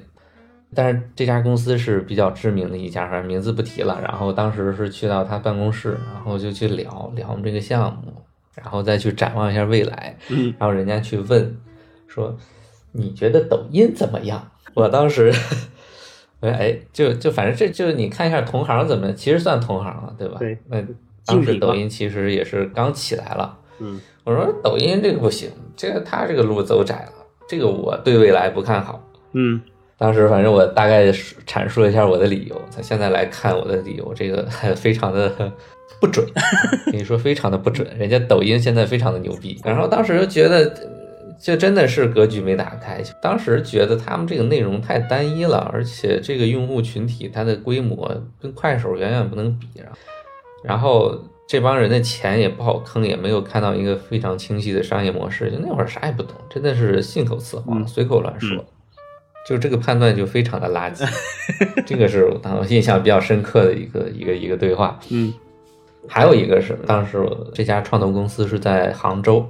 但是这家公司是比较知名的一家，反正名字不提了。然后当时是去到他办公室，然后就去聊聊我们这个项目，然后再去展望一下未来。
嗯，
然后人家去问说：“你觉得抖音怎么样？”我当时我说：“哎，就就反正这就是你看一下同行怎么，其实算同行了，对吧？
对，
那当
竞
时
品嘛
抖音其实也是刚起来了。”
嗯，
我说抖音这个不行，这个他这个路走窄了，这个我对未来不看好。
嗯，
当时反正我大概阐述了一下我的理由，他现在来看我的理由，这个非常的不 准，可以说非常的不准。人家抖音现在非常的牛逼，然后当时就觉得，就真的是格局没打开。当时觉得他们这个内容太单一了，而且这个用户群体它的规模跟快手远远不能比啊。然后这帮人的钱也不好坑，也没有看到一个非常清晰的商业模式。就那会儿啥也不懂，真的是信口雌黄，
嗯
随口乱说。
嗯
就这个判断就非常的垃圾，这个是我当时印象比较深刻的一个一个一个对话。
嗯，
还有一个是当时我这家创投公司是在杭州，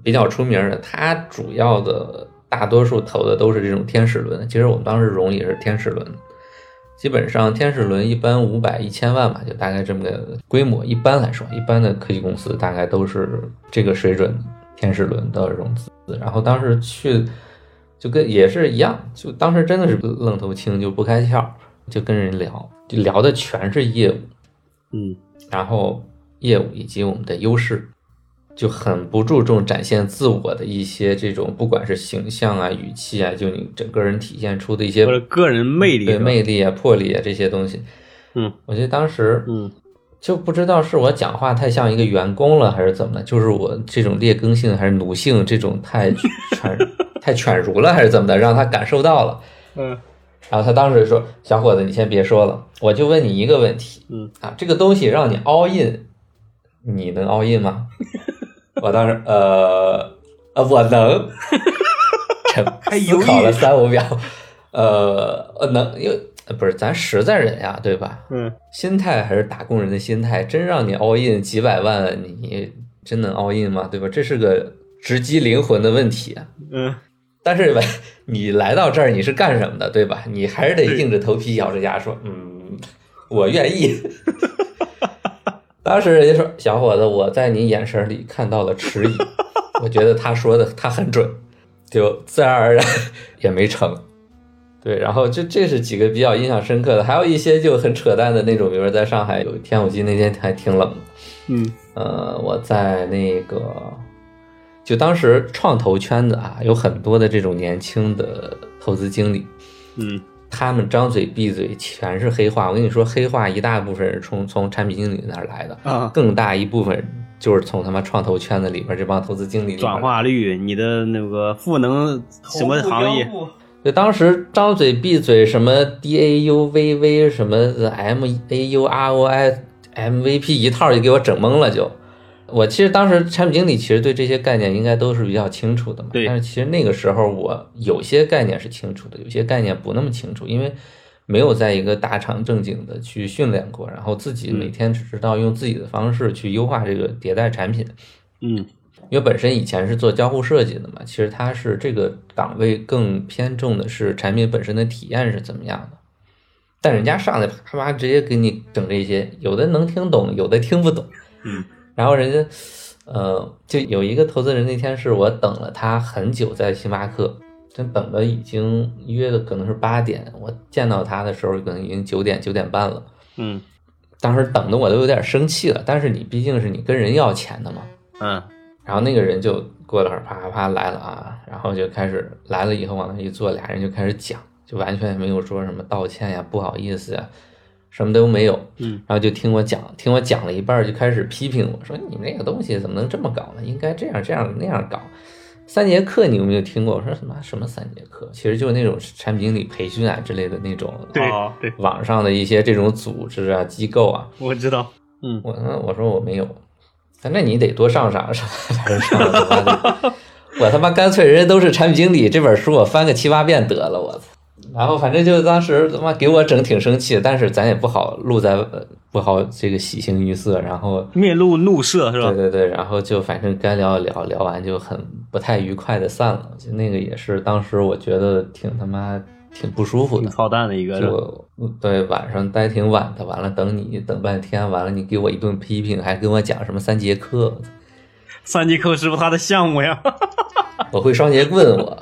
比较出名的，它主要的大多数投的都是这种天使轮。其实我们当时融也是天使轮，基本上天使轮一般五百一千万吧，就大概这么个规模。一般来说，一般的科技公司大概都是这个水准天使轮的融资。然后当时去就跟也是一样，就当时真的是愣头青，就不开窍，就跟人聊，就聊的全是业务，
嗯，
然后业务以及我们的优势，就很不注重展现自我的一些这种，不管是形象啊、语气啊，就你整个人体现出的一些
或者个人魅力
对
是吧，
魅力啊、魄力啊这些东西。
嗯，
我觉得当时
嗯，
就不知道是我讲话太像一个员工了，还是怎么的，就是我这种劣根性还是奴性这种太犬太犬儒了，还是怎么的，让他感受到了。
嗯，
然后他当时说：“小伙子，你先别说了，我就问你一个问题，
嗯
啊，这个东西让你 all in，你能 all in 吗？”我当时呃呃，我能，沉思考了三五秒，呃呃能，因为呃不是咱实在人呀，对吧？
嗯，
心态还是打工人的心态，真让你 all in 几百万，你真能 all in 吗？对吧？这是个直击灵魂的问题啊。
嗯，
但是吧，你来到这儿你是干什么的，对吧？你还是得硬着头皮咬着牙说，嗯，我愿意。当时人家说，小伙子，我在你眼神里看到了迟疑，我觉得他说的他很准，就自然而然也没成。对，然后这这是几个比较印象深刻的，还有一些就很扯淡的那种，比如说在上海有一天，我记得那天还挺冷的，
嗯，
呃，我在那个就当时创投圈子啊，有很多的这种年轻的投资经理，
嗯，
他们张嘴闭嘴全是黑话。我跟你说，黑话一大部分是从从产品经理那儿来的，
啊，
更大一部分就是从他妈创投圈子里边这帮投资经理里边
转。化率，你的那个赋能什么行业？
就当时张嘴闭嘴什么 D A U V V 什么 M A U R O I M V P 一套就给我整懵了就。我其实当时产品经理其实对这些概念应该都是比较清楚的嘛，
对
但是其实那个时候我有些概念是清楚的，有些概念不那么清楚，因为没有在一个大厂正经的去训练过，然后自己每天只知道用自己的方式去优化这个迭代产品。
嗯，
因为本身以前是做交互设计的嘛，其实它是这个岗位更偏重的是产品本身的体验是怎么样的。但人家上来啪啪直接给你整这些，有的能听懂，有的听不懂。
嗯，
然后人家，呃，就有一个投资人那天是我等了他很久，在星巴克，真等了已经约的可能是八点，我见到他的时候可能已经九点九点半了。
嗯
当时等的我都有点生气了，但是你毕竟是你跟人要钱的嘛，
嗯
然后那个人就过了会儿，啪啪啪来了啊，然后就开始来了以后往那一坐，俩人就开始讲，就完全没有说什么道歉呀、不好意思呀，什么都没有。
嗯，
然后就听我讲，听我讲了一半儿就开始批评我说：“你们这个东西怎么能这么搞呢？应该这样这样那样搞。”三节课你有没有听过？我说什么什么三节课？其实就是那种产品经理培训啊之类的那种，
对
啊
对，
网上的一些这种组织啊、机构啊，
我知道，嗯
我嗯我说我没有，啊那你得多上上上上上他妈的，我他妈干脆人家都是产品经理，这本书我翻个七八遍得了，我操！然后反正就当时他妈给我整挺生气，但是咱也不好露在呃不好这个喜形于色，然后
面露怒色是
对
吧？
对对，然后就反正该聊一聊，聊完就很不太愉快的散了，就那个也是当时我觉得挺他妈挺不舒服的
挺。操蛋的一个，是吧
就对晚上待挺晚的，完了等你等半天，完了你给我一顿批评，还跟我讲什么三节课，
三节课是不是他的项目呀？
我会双截棍我，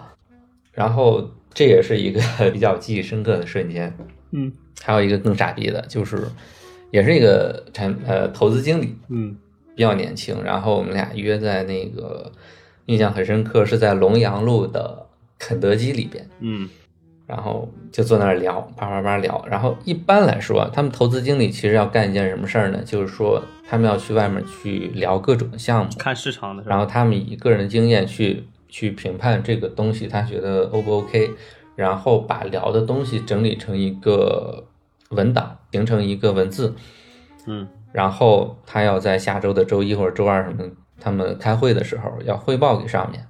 然后这也是一个 比较记忆深刻的瞬间。
嗯，
还有一个更傻逼的，就是也是一个产呃投资经理，
嗯
比较年轻，然后我们俩约在那个印象很深刻是在龙阳路的肯德基里边。
嗯
然后就坐那儿聊，叭叭叭聊。然后一般来说，他们投资经理其实要干一件什么事儿呢？就是说他们要去外面去聊各种项目，
看市场的是吧？
然后他们以个人的经验去去评判这个东西，他觉得 O 不 OK，然后把聊的东西整理成一个文档，形成一个文字，
嗯
然后他要在下周的周一或者周二什么，他们开会的时候要汇报给上面。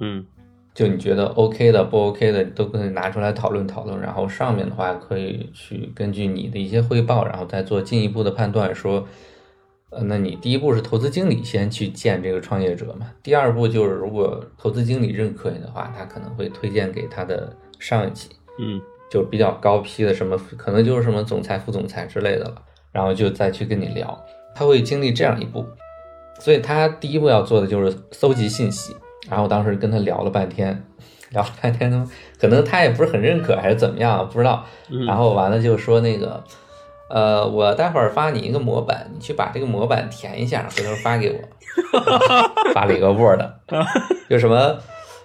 嗯
就你觉得 OK 的、不 OK 的，你都可以拿出来讨论讨论。然后上面的话可以去根据你的一些汇报，然后再做进一步的判断，说，呃，那你第一步是投资经理先去见这个创业者嘛，第二步就是如果投资经理认可你的话，他可能会推荐给他的上一级，
嗯
就比较高批的什么，可能就是什么总裁、副总裁之类的了，然后就再去跟你聊，他会经历这样一步，所以他第一步要做的就是搜集信息，然后当时跟他聊了半天， 聊了半天呢，可能他也不是很认可还是怎么样，不知道，然后完了就说那个。呃，我待会儿发你一个模板，你去把这个模板填一下，回头发给我。 发了一个 Word，就什么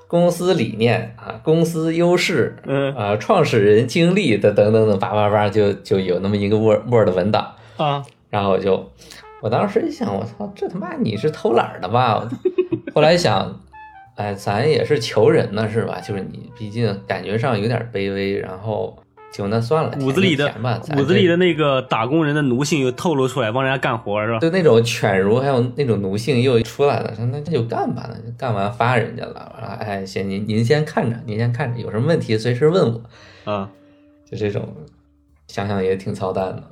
公司理念啊、公司优势
嗯
啊、创始人经历的等等等，叭叭叭，就就有那么一个 Word Word 文档。
啊
然后我就，我当时一想，我操，这他妈你是偷懒儿的吧？ 我操后来想，哎，咱也是求人呢，是吧？就是你毕竟感觉上有点卑微，然后就那算了，
骨子里
填
的
就填吧，咱
骨子
这
里的那个打工人的奴性又透露出来，帮人家干活是吧？
就那种犬儒还有那种奴性又出来了，说那那就干吧，那就干完发人家了。然后哎，行，您您先看着，您先看着，有什么问题随时问我。
啊，
就这种，想想也挺操蛋的。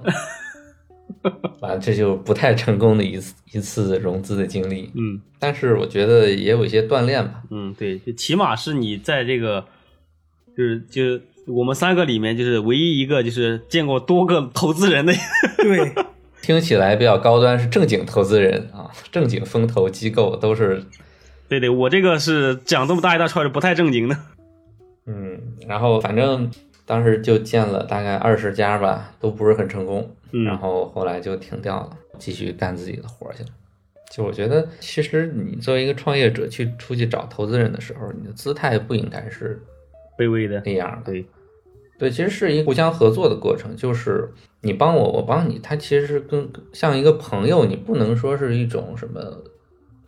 完，这就不太成功的一次一次融资的经历，
嗯。
但是我觉得也有一些锻炼吧。
嗯，对，就起码是你在这个，就是就是我们三个里面，就是唯一一个就是见过多个投资人的。
对，
听起来比较高端，是正经投资人啊，正经风投机构都是
对对，我这个是讲这么大一大串儿不太正经的。
嗯，然后反正当时就建了大概二十家吧，都不是很成功，
嗯
然后后来就停掉了，继续干自己的活儿去了。就我觉得，其实你作为一个创业者去出去找投资人的时候，你的姿态不应该是
卑微的，
那样的。
对，
对，其实是一个互相合作的过程，就是你帮我，我帮你，它其实是更像一个朋友，你不能说是一种什么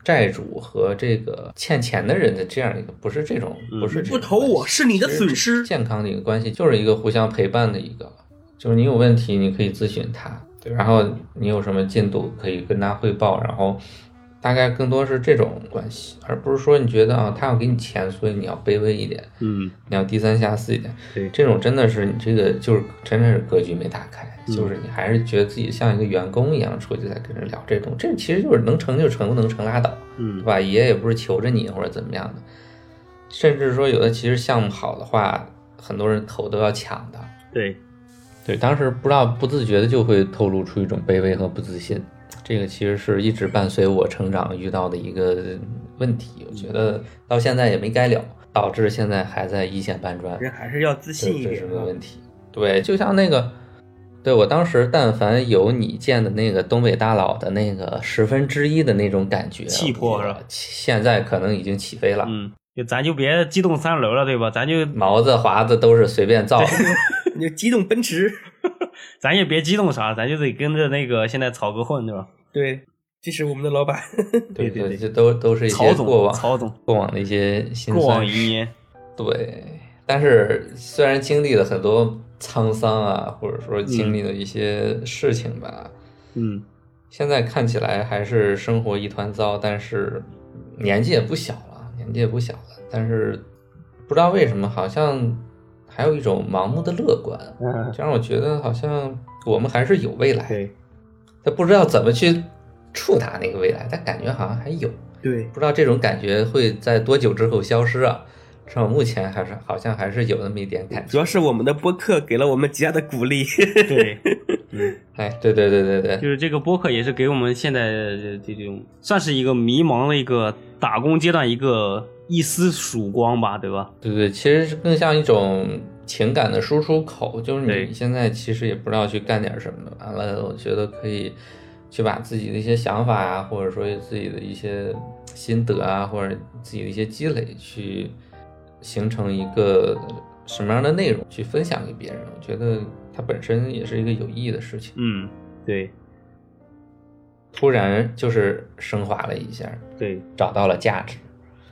债主和这个欠钱的人的这样一个，不是这种，不是这
不
种
投我
关系
是你的损失。
健康的一个关系，就是一个互相陪伴的一个，就是你有问题你可以咨询他，对，然后你有什么进度可以跟他汇报，然后大概更多是这种关系，而不是说你觉得啊他要给你钱，所以你要卑微一点，
嗯，
你要低三下四一点，
对
这种真的是你这个就是真的是格局没打开，就是你还是觉得自己像一个员工一样出去在跟人聊这种，这其实就是能成就成，不能成拉倒，
嗯
对吧？爷也不是求着你或者怎么样的，甚至说有的其实项目好的话，很多人投都要抢的，
对，
对，当时不知道不自觉的就会透露出一种卑微和不自信，这个其实是一直伴随我成长遇到的一个问题，我觉得到现在也没改了，导致现在还在一线搬砖。
人还是要自信一
这
点
是个
啊。
问题。对，就像那个，对我当时但凡有你见的那个东北大佬的那个十分之一的那种感觉，
气魄是吧
我觉得现在可能已经起飞了，
嗯，就咱就别激动三轮了，对吧？咱就
毛子、华子都是随便造的。
你就激动奔驰，
咱也别激动啥，咱就得跟着那个现在草哥混，对吧？
对，这是我们的老板。
对
对对嗯
这都都是一
曹
些
总
过，往
曹总，
过往的一些心
过往
酸。
云烟，
对，但是虽然经历了很多沧桑啊，或者说经历了一些事情吧，
嗯，
现在看起来还是生活一团糟，但是年纪也不小了，年纪也不小了，但是不知道为什么，好像还有一种盲目的乐观，
嗯
就让我觉得好像我们还是有未来，
对，
但不知道怎么去触达那个未来，但感觉好像还有，
对，
不知道这种感觉会在多久之后消失啊？至少目前还是好像还是有那么一点感觉。
主要是我们的播客给了我们极大的鼓励。
对，
哎，对对对对对，
就是这个播客也是给我们现在的这种算是一个迷茫的一个打工阶段一个一丝曙光吧，对吧？
对对，其实是更像一种情感的输出口，就是
对
你现在其实也不知道去干点什么，完了，我觉得可以去把自己的一些想法啊，或者说自己的一些心得啊，或者自己的一些积累，去形成一个什么样的内容去分享给别人，我觉得它本身也是一个有意义的事情。
嗯，对
突然就是升华了一下，
对
找到了价值。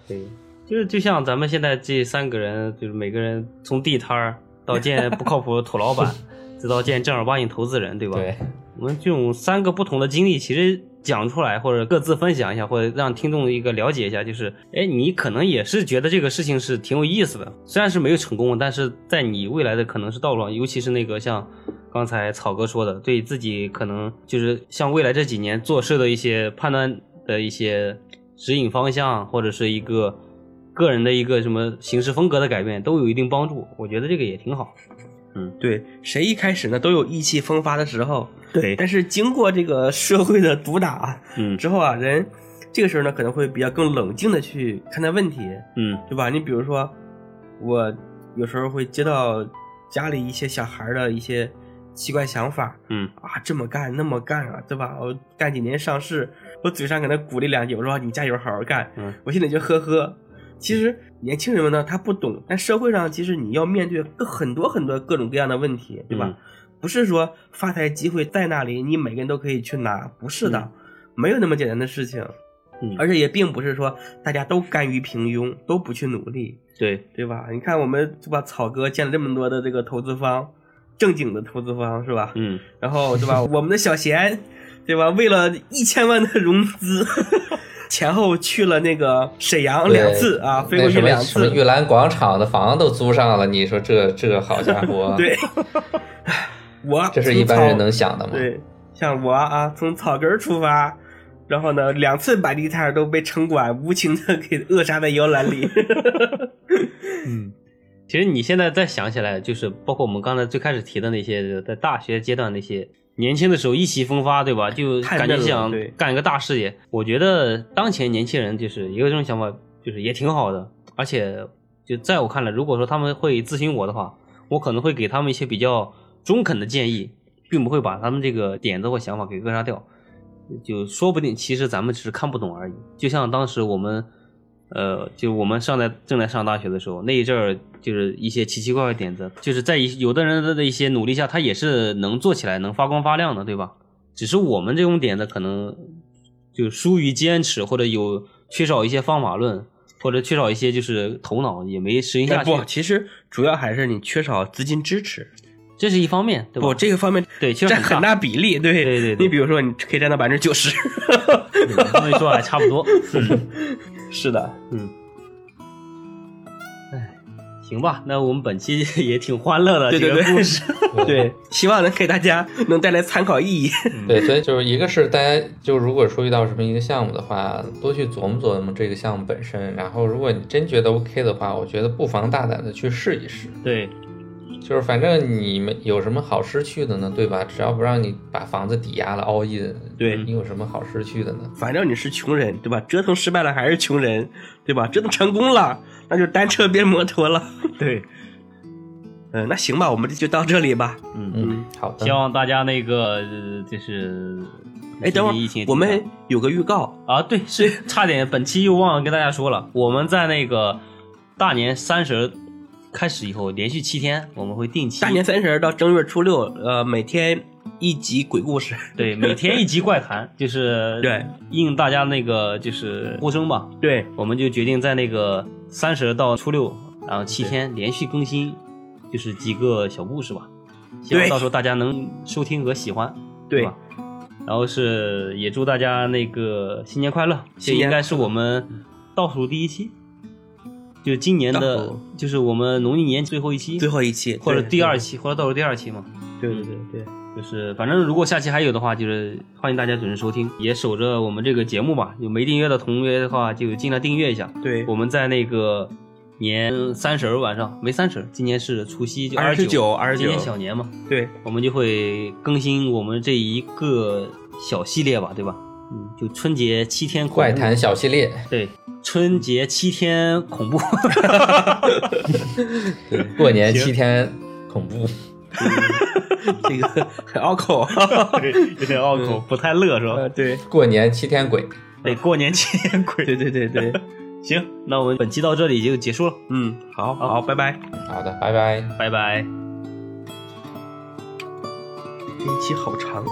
对，就是就像咱们现在这三个人，就是每个人从地摊儿到见不靠谱的土老 板，再到见正儿八经投资人，对吧？
对，
我们这种三个不同的经历，其实讲出来或者各自分享一下，或者让听众一个了解一下，就是，哎，你可能也是觉得这个事情是挺有意思的，虽然是没有成功，但是在你未来的可能是道路上，尤其是那个像刚才草哥说的，对自己可能就是像未来这几年做事的一些判断的一些指引方向，或者是一个个人的一个什么行事风格的改变，都有一定帮助。我觉得这个也挺好。
对，谁一开始呢都有意气风发的时候，
对
但是经过这个社会的毒打
嗯
之后啊，人这个时候呢可能会比较更冷静的去看待问题，
嗯
对吧？你比如说，我有时候会接到家里一些小孩儿的一些奇怪想法
嗯
啊，这么干那么干啊，对吧？我干几年上市，我嘴上给他鼓励两句，我说你加油，好好干。
嗯，
我心里就呵呵。其实年轻人们呢，他不懂，但社会上其实你要面对各很多很多各种各样的问题，对吧？
嗯
不是说发财机会在那里，你每个人都可以去拿，不是的，
嗯
没有那么简单的事情。
嗯
而且也并不是说大家都甘于平庸，都不去努力，
对
对吧？你看我们对吧，草哥见了这么多的这个投资方，正经的投资方是吧？
嗯
然后对吧，我们的小贤，对吧？为了一千万的融资，前后去了那个沈阳
对
两次啊，飞
那
过去
什么
两
什么
次，
玉兰广场的房都租上了，你说这这好家伙，
对，我
啊这是一般人能想的吗？
对，像我啊，从草根儿出发，然后呢，两次摆地摊儿都被城管无情的给扼杀在摇篮里。
嗯，其实你现在再想起来，就是包括我们刚才最开始提的那些，在大学阶段那些年轻的时候意气风发，对吧？就
太
感觉
嫩了
想
对
干一个大事业。我觉得当前年轻人就是也有这种想法，就是也挺好的。而且就在我看来，如果说他们会咨询我的话，我可能会给他们一些比较中肯的建议，并不会把他们这个点子或想法给扼杀掉。就说不定其实咱们只是看不懂而已。就像当时我们，呃，就我们上在正在上大学的时候，那一阵儿就是一些奇奇怪怪的点子，就是在一有的人的一些努力下，他也是能做起来，能发光发亮的，对吧？只是我们这种点子可能就疏于坚持，或者有缺少一些方法论，或者缺少一些就是头脑，也没实行
哎
下去
不，，其实主要还是你缺少资金支持，
这是一方面，对吧？
不，这个方面
对其实
占
很大
很大比例。对
对对对
你比如说，你可以占到百分之九十。
这么一说啊，差不多。
是的，
嗯，哎，行吧，那我们本期也挺欢乐的
对
这
对
个
对
故事。
对，希望能给大家能带来参考意义。
嗯
对，所以就是一个是大家就如果说遇到什么一个项目的话，多去琢磨琢磨这个项目本身，然后如果你真觉得 OK 的话，我觉得不妨大胆的去试一试。
对，
就是反正你们有什么好失去的呢，对吧？只要不让你把房子抵押了 all in，
对
你有什么好失去的呢？嗯
反正你是穷人，对吧？折腾失败了还是穷人，对吧？折腾成功了，那就单车变摩托了。
对，
嗯，那行吧，我们这就到这里吧。
嗯，
嗯，好的
希。望大家那个呃就是，
哎，等会
疫情也
儿
挺
我
大
们有个预告，
啊，对，是差点，本期又忘了跟大家说了，我们在那个大年三十开始以后，连续七天，我们会定期
大年三十儿到正月初六，呃，每天一集鬼故事。
对每天一集怪谈，就是
对
应大家那个就是呼声吧，
对，
我们就决定在那个三十到初六，然后七天连续更新，就是几个小故事吧。希望
对
到时候大家能收听和喜欢，
对
是吧？然后是也祝大家那个新年快乐，这
新年
应该是我们倒数第一期，就是今年
倒
的
数，
就是我们农历年最后一期，
最后一期
或者
对
第二期，或者倒数第二期嘛。
对对对对，
就是反正如果下期还有的话，就是欢迎大家准时收听，也守着我们这个节目吧。有没订阅的同学的话，就尽量订阅一下。
对
我们在那个年三十儿晚上，没三十儿，今年是除夕，就
二
十
十九二十
今
九
年，小年嘛，
对
我们就会更新我们这一个小系列吧，对吧？嗯，就春节七天恐怖
怪谈，小系列，
对，春节七天恐怖，
过年七天恐怖，
这个很拗口。
有点拗口，不太乐是吧
呃，？对
过年七天鬼。
得过年七天鬼。
对对对对，
行，那我们本期到这里就结束了，
嗯，好好，拜拜。
好的，拜拜。
拜拜。
这一期好长。啊